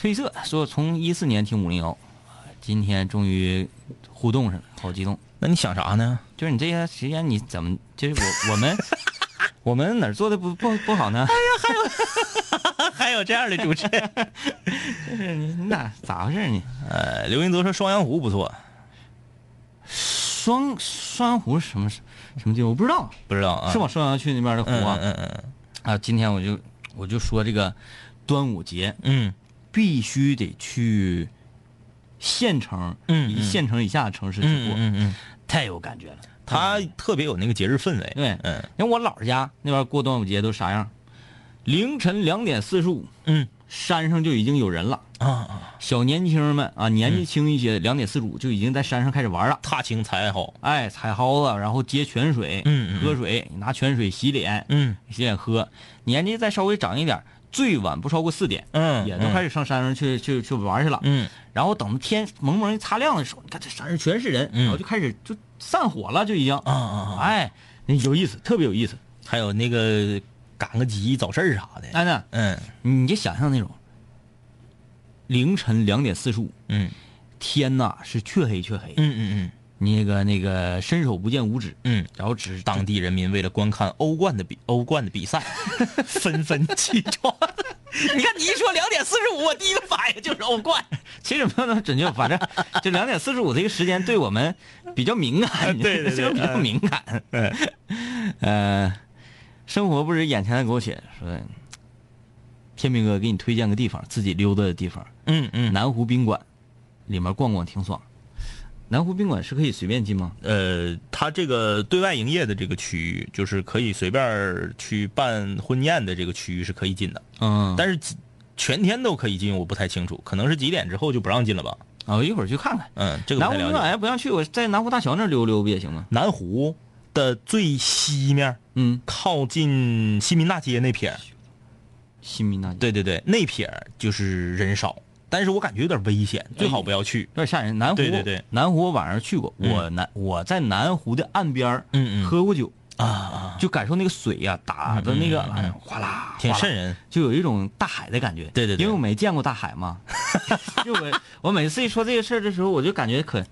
[SPEAKER 2] 褪色说从一四年听五零幺，今天终于互动上了，好激动。
[SPEAKER 3] 那你想啥呢？
[SPEAKER 2] 就是你这些时间你怎么，就是我我们 我们哪儿做的不不不好呢？
[SPEAKER 3] 还有这样的主持人？哎
[SPEAKER 2] 就是你你咋咋回事呢？
[SPEAKER 3] 呃，刘云泽说双阳湖不错，
[SPEAKER 2] 双双湖是什么什么地方我不知道，
[SPEAKER 3] 不知道啊？
[SPEAKER 2] 是往双阳区那边的湖
[SPEAKER 3] 嗯？
[SPEAKER 2] 啊、
[SPEAKER 3] 嗯嗯
[SPEAKER 2] 啊！今天我就我就说这个端午节
[SPEAKER 3] 嗯
[SPEAKER 2] 必须得去县城，
[SPEAKER 3] 嗯
[SPEAKER 2] 以县城以下的城市
[SPEAKER 3] 嗯
[SPEAKER 2] 去
[SPEAKER 3] 嗯
[SPEAKER 2] 过，
[SPEAKER 3] 嗯嗯，
[SPEAKER 2] 太有感觉了。
[SPEAKER 3] 他特别有那个节日氛围。
[SPEAKER 2] 对，
[SPEAKER 3] 嗯，
[SPEAKER 2] 因为我姥儿家那边过端午节都啥样？凌晨两点四十五，
[SPEAKER 3] 嗯
[SPEAKER 2] 山上就已经有人了。
[SPEAKER 3] 啊啊，
[SPEAKER 2] 小年轻们
[SPEAKER 3] 嗯
[SPEAKER 2] 啊，年纪轻一些，两点四十五就已经在山上开始玩了。
[SPEAKER 3] 踏青才好。
[SPEAKER 2] 哎，采蒿子，然后接泉水，
[SPEAKER 3] 嗯嗯嗯
[SPEAKER 2] 喝水，你拿泉水洗脸，
[SPEAKER 3] 嗯
[SPEAKER 2] 洗脸喝。年纪再稍微长一点，最晚不超过四点，
[SPEAKER 3] 嗯
[SPEAKER 2] 也都开始上山上去去去玩去了。
[SPEAKER 3] 嗯
[SPEAKER 2] 然后等天蒙蒙一擦亮的时候，你看这山上全是人，
[SPEAKER 3] 嗯
[SPEAKER 2] 然后就开始就散伙了，就已经。
[SPEAKER 3] 啊啊啊！
[SPEAKER 2] 哎，那有意思，特别有意思。
[SPEAKER 3] 还有那个赶个集、早市啥的。
[SPEAKER 2] 安娜，
[SPEAKER 3] 嗯
[SPEAKER 2] 哎你就想象那种凌晨两点四十五，
[SPEAKER 3] 嗯
[SPEAKER 2] 天呐是黢黑黢黑，
[SPEAKER 3] 嗯嗯嗯
[SPEAKER 2] 那个那个伸手不见五指，
[SPEAKER 3] 嗯。
[SPEAKER 2] 然后只
[SPEAKER 3] 当地人民为了观看欧冠的比欧冠的比 赛，纷纷起床。 你看，你一说两点四十五，我第一个反应就是欧哦冠。
[SPEAKER 2] 其实没有那么准确，反正 就两点四十五这个时间对我们比较敏感，
[SPEAKER 3] 啊对啊对对
[SPEAKER 2] 就是比较敏感。 呃，生活不止眼前的苟且，说天明哥给你推荐个地方，自己溜达的地方，
[SPEAKER 3] 嗯嗯，
[SPEAKER 2] 南湖宾馆，里面逛逛挺爽。南湖宾馆是可以随便进吗？
[SPEAKER 3] 呃，他这个对外营业的这个区域，就是可以随便儿去办婚宴的这个区域是可以进的，
[SPEAKER 2] 嗯
[SPEAKER 3] 但是几全天都可以进，我不太清楚，可能是几点之后就不让进了吧？
[SPEAKER 2] 啊，我一会儿去看看。
[SPEAKER 3] 嗯，这个
[SPEAKER 2] 南
[SPEAKER 3] 不
[SPEAKER 2] 湖
[SPEAKER 3] 太
[SPEAKER 2] 宾
[SPEAKER 3] 了
[SPEAKER 2] 馆哎
[SPEAKER 3] 解。
[SPEAKER 2] 要不让去，我在南湖大桥那儿溜溜不也行吗？
[SPEAKER 3] 南湖的最西面，
[SPEAKER 2] 嗯，
[SPEAKER 3] 靠近西民大街那撇儿，
[SPEAKER 2] 新民大街，
[SPEAKER 3] 对对对，那撇儿就是人少，但是我感觉有点危险，最好不要去。
[SPEAKER 2] 有点吓人。南湖，
[SPEAKER 3] 对对对
[SPEAKER 2] 南湖我晚上去过，
[SPEAKER 3] 嗯
[SPEAKER 2] 我南我在南湖的岸边儿
[SPEAKER 3] 嗯嗯
[SPEAKER 2] 喝过酒啊，就感受那个水呀、打的那个、哎呀哗啦，
[SPEAKER 3] 嗯挺
[SPEAKER 2] 哗啦
[SPEAKER 3] 瘆人。
[SPEAKER 2] 就有一种大海的感觉。
[SPEAKER 3] 对对对
[SPEAKER 2] 因为我没见过大海 嘛，就我我每次一说这个事儿的时候，我就感觉可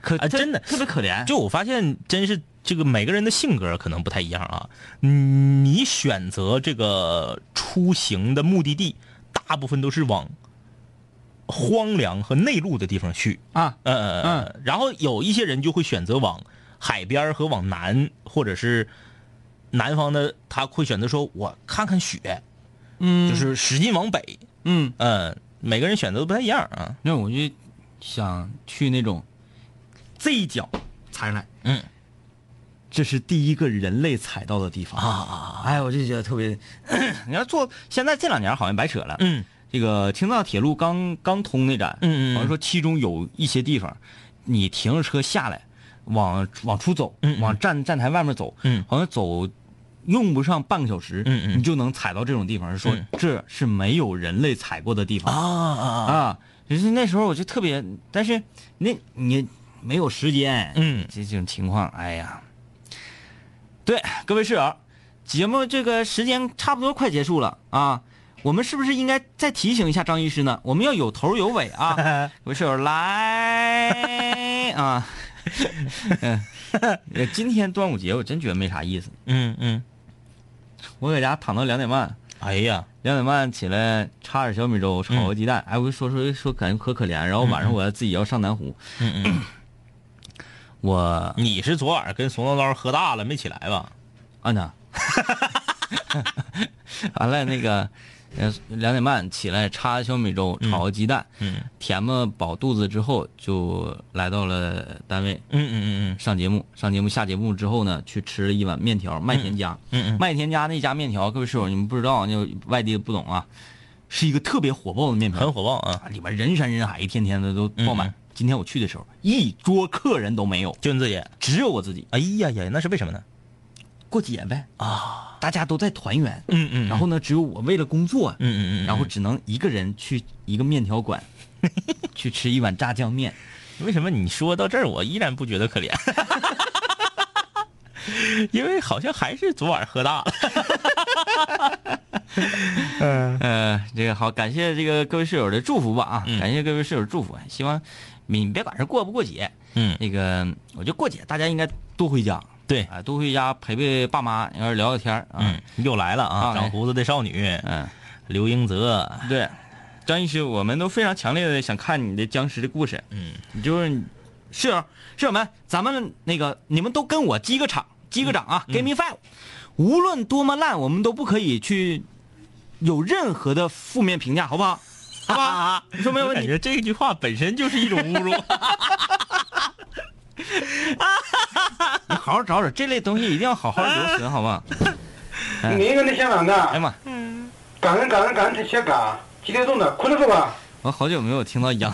[SPEAKER 2] 可、
[SPEAKER 3] 哎真的
[SPEAKER 2] 特别可怜。
[SPEAKER 3] 就我发现，真是这个每个人的性格可能不太一样啊。嗯你选择这个出行的目的地，大部分都是往荒凉和内陆的地方去。
[SPEAKER 2] 啊，
[SPEAKER 3] 呃，
[SPEAKER 2] 嗯
[SPEAKER 3] 然后有一些人就会选择往海边儿和往南，或者是南方的，他会选择说我看看雪，
[SPEAKER 2] 嗯，
[SPEAKER 3] 就是使劲往北。
[SPEAKER 2] 嗯，
[SPEAKER 3] 嗯、每个人选择都不太一样啊。
[SPEAKER 2] 那我就想去那种这一脚踩上来。
[SPEAKER 3] 嗯，
[SPEAKER 2] 这是第一个人类踩到的地方啊！哎，我就觉得特别， 你要坐现在这两年好像白扯了。
[SPEAKER 3] 嗯，
[SPEAKER 2] 这个青藏铁路刚刚通那站，
[SPEAKER 3] 嗯嗯嗯
[SPEAKER 2] 好像说其中有一些地方，你停着车下来，往往出走，
[SPEAKER 3] 嗯嗯
[SPEAKER 2] 往站站台外面走，
[SPEAKER 3] 嗯
[SPEAKER 2] 好像走用不上半个小时，
[SPEAKER 3] 嗯嗯
[SPEAKER 2] 你就能踩到这种地方，说
[SPEAKER 3] 嗯
[SPEAKER 2] 这是没有人类踩过的地方
[SPEAKER 3] 啊啊，
[SPEAKER 2] 啊！就是那时候我就特别，但是那你没有时间，
[SPEAKER 3] 嗯
[SPEAKER 2] 这种情况，哎呀，对各位室友，节目这个时间差不多快结束了啊，我们是不是应该再提醒一下张医师呢？我们要有头有尾啊，各位室友来 啊，呃今天端午节我真觉得没啥意思，
[SPEAKER 3] 嗯嗯，
[SPEAKER 2] 我搁家躺到两点半，
[SPEAKER 3] 哎呀，
[SPEAKER 2] 两点半起来插点小米粥，炒个鸡蛋，
[SPEAKER 3] 嗯
[SPEAKER 2] 哎，我就说说说感觉可可怜，然后晚上我要自己要上南湖，
[SPEAKER 3] 嗯 嗯，
[SPEAKER 2] 我
[SPEAKER 3] 你是昨晚跟怂叨叨喝大了没起来吧？
[SPEAKER 2] 啊呢， 完了那个，呃，两点半起来插小米粥，炒个鸡蛋，
[SPEAKER 3] 嗯
[SPEAKER 2] 填吧饱肚子之后就来到了单位
[SPEAKER 3] 嗯嗯嗯
[SPEAKER 2] 上节目，上节目下节目之后呢，去吃了一碗面条，麦田家，
[SPEAKER 3] 嗯嗯
[SPEAKER 2] 麦田家那家面条，各位室友你们不知道，就外地不懂啊，是一个特别火爆的面
[SPEAKER 3] 嗯，
[SPEAKER 2] 条，
[SPEAKER 3] 很火爆啊，
[SPEAKER 2] 啊里边人山人海，一天天的都
[SPEAKER 3] 嗯
[SPEAKER 2] 爆满。今天我去的时候，一桌客人都没有，
[SPEAKER 3] 就你自己。
[SPEAKER 2] 只有我自己
[SPEAKER 3] 哎呀呀，那是为什么呢？
[SPEAKER 2] 过节呗，
[SPEAKER 3] 啊，
[SPEAKER 2] 大家都在团圆。
[SPEAKER 3] 嗯嗯，
[SPEAKER 2] 然后呢，只有我为了工作，
[SPEAKER 3] 嗯嗯嗯，
[SPEAKER 2] 然后只能一个人去一个面条 馆，去吃一碗炸酱面。
[SPEAKER 3] 为什么你说到这儿，我依然不觉得可怜？ 因为好像还是昨晚喝大了。
[SPEAKER 2] 呃，这个好，感谢这个各位室友的祝福吧啊，
[SPEAKER 3] 嗯
[SPEAKER 2] 感谢各位室友祝福，希望你别管是过不过节，
[SPEAKER 3] 嗯，
[SPEAKER 2] 那个我觉得过节大家应该多回家，
[SPEAKER 3] 对，
[SPEAKER 2] 啊，多回家陪陪爸妈，然后聊聊天儿啊，
[SPEAKER 3] 嗯，又来了啊，
[SPEAKER 2] 啊
[SPEAKER 3] 长胡子的少女
[SPEAKER 2] 嗯
[SPEAKER 3] 刘英泽，
[SPEAKER 2] 对，张医师，我们都非常强烈的想看你的僵尸的故事。
[SPEAKER 3] 嗯，
[SPEAKER 2] 你就是室友，室友们，咱们那个你们都跟我击个场，击个掌啊、g i v e me five。无论多么烂，我们都不可以去有任何的负面评价，好不好？好吧，啊你说没有
[SPEAKER 3] 我
[SPEAKER 2] 问
[SPEAKER 3] 感
[SPEAKER 2] 题。
[SPEAKER 3] 觉这句话本身就是一种 侮辱。
[SPEAKER 2] 你好好找找这类东西，一定要好好留神，好 吧？
[SPEAKER 4] 你个那香港的
[SPEAKER 2] 哎呀，妈，
[SPEAKER 4] 感恩感恩感恩这香港，激动的，快点说吧。
[SPEAKER 2] 我好久没有听到 杨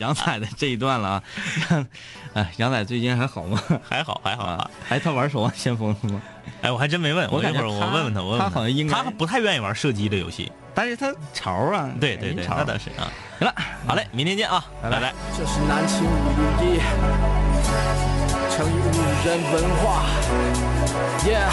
[SPEAKER 2] 杨仔的这一段了啊！ 哎，杨仔最近还好吗？
[SPEAKER 3] 还好还好
[SPEAKER 2] 啊，，哎，他玩守望先锋了吗？
[SPEAKER 3] 哎，我还真没问，
[SPEAKER 2] 我
[SPEAKER 3] 一
[SPEAKER 2] 感觉
[SPEAKER 3] 会儿我
[SPEAKER 2] 他
[SPEAKER 3] 问问他，我问问
[SPEAKER 2] 他好像应该
[SPEAKER 3] 他不太愿意玩射击的游戏。
[SPEAKER 2] 但是他潮啊，
[SPEAKER 3] 对对
[SPEAKER 2] 人
[SPEAKER 3] 对，
[SPEAKER 2] 潮
[SPEAKER 3] 那倒是啊。
[SPEAKER 2] 行了，
[SPEAKER 3] 好嘞，明天见啊，拜拜
[SPEAKER 5] 这是南秦五零一，成语五人文化。Yeah，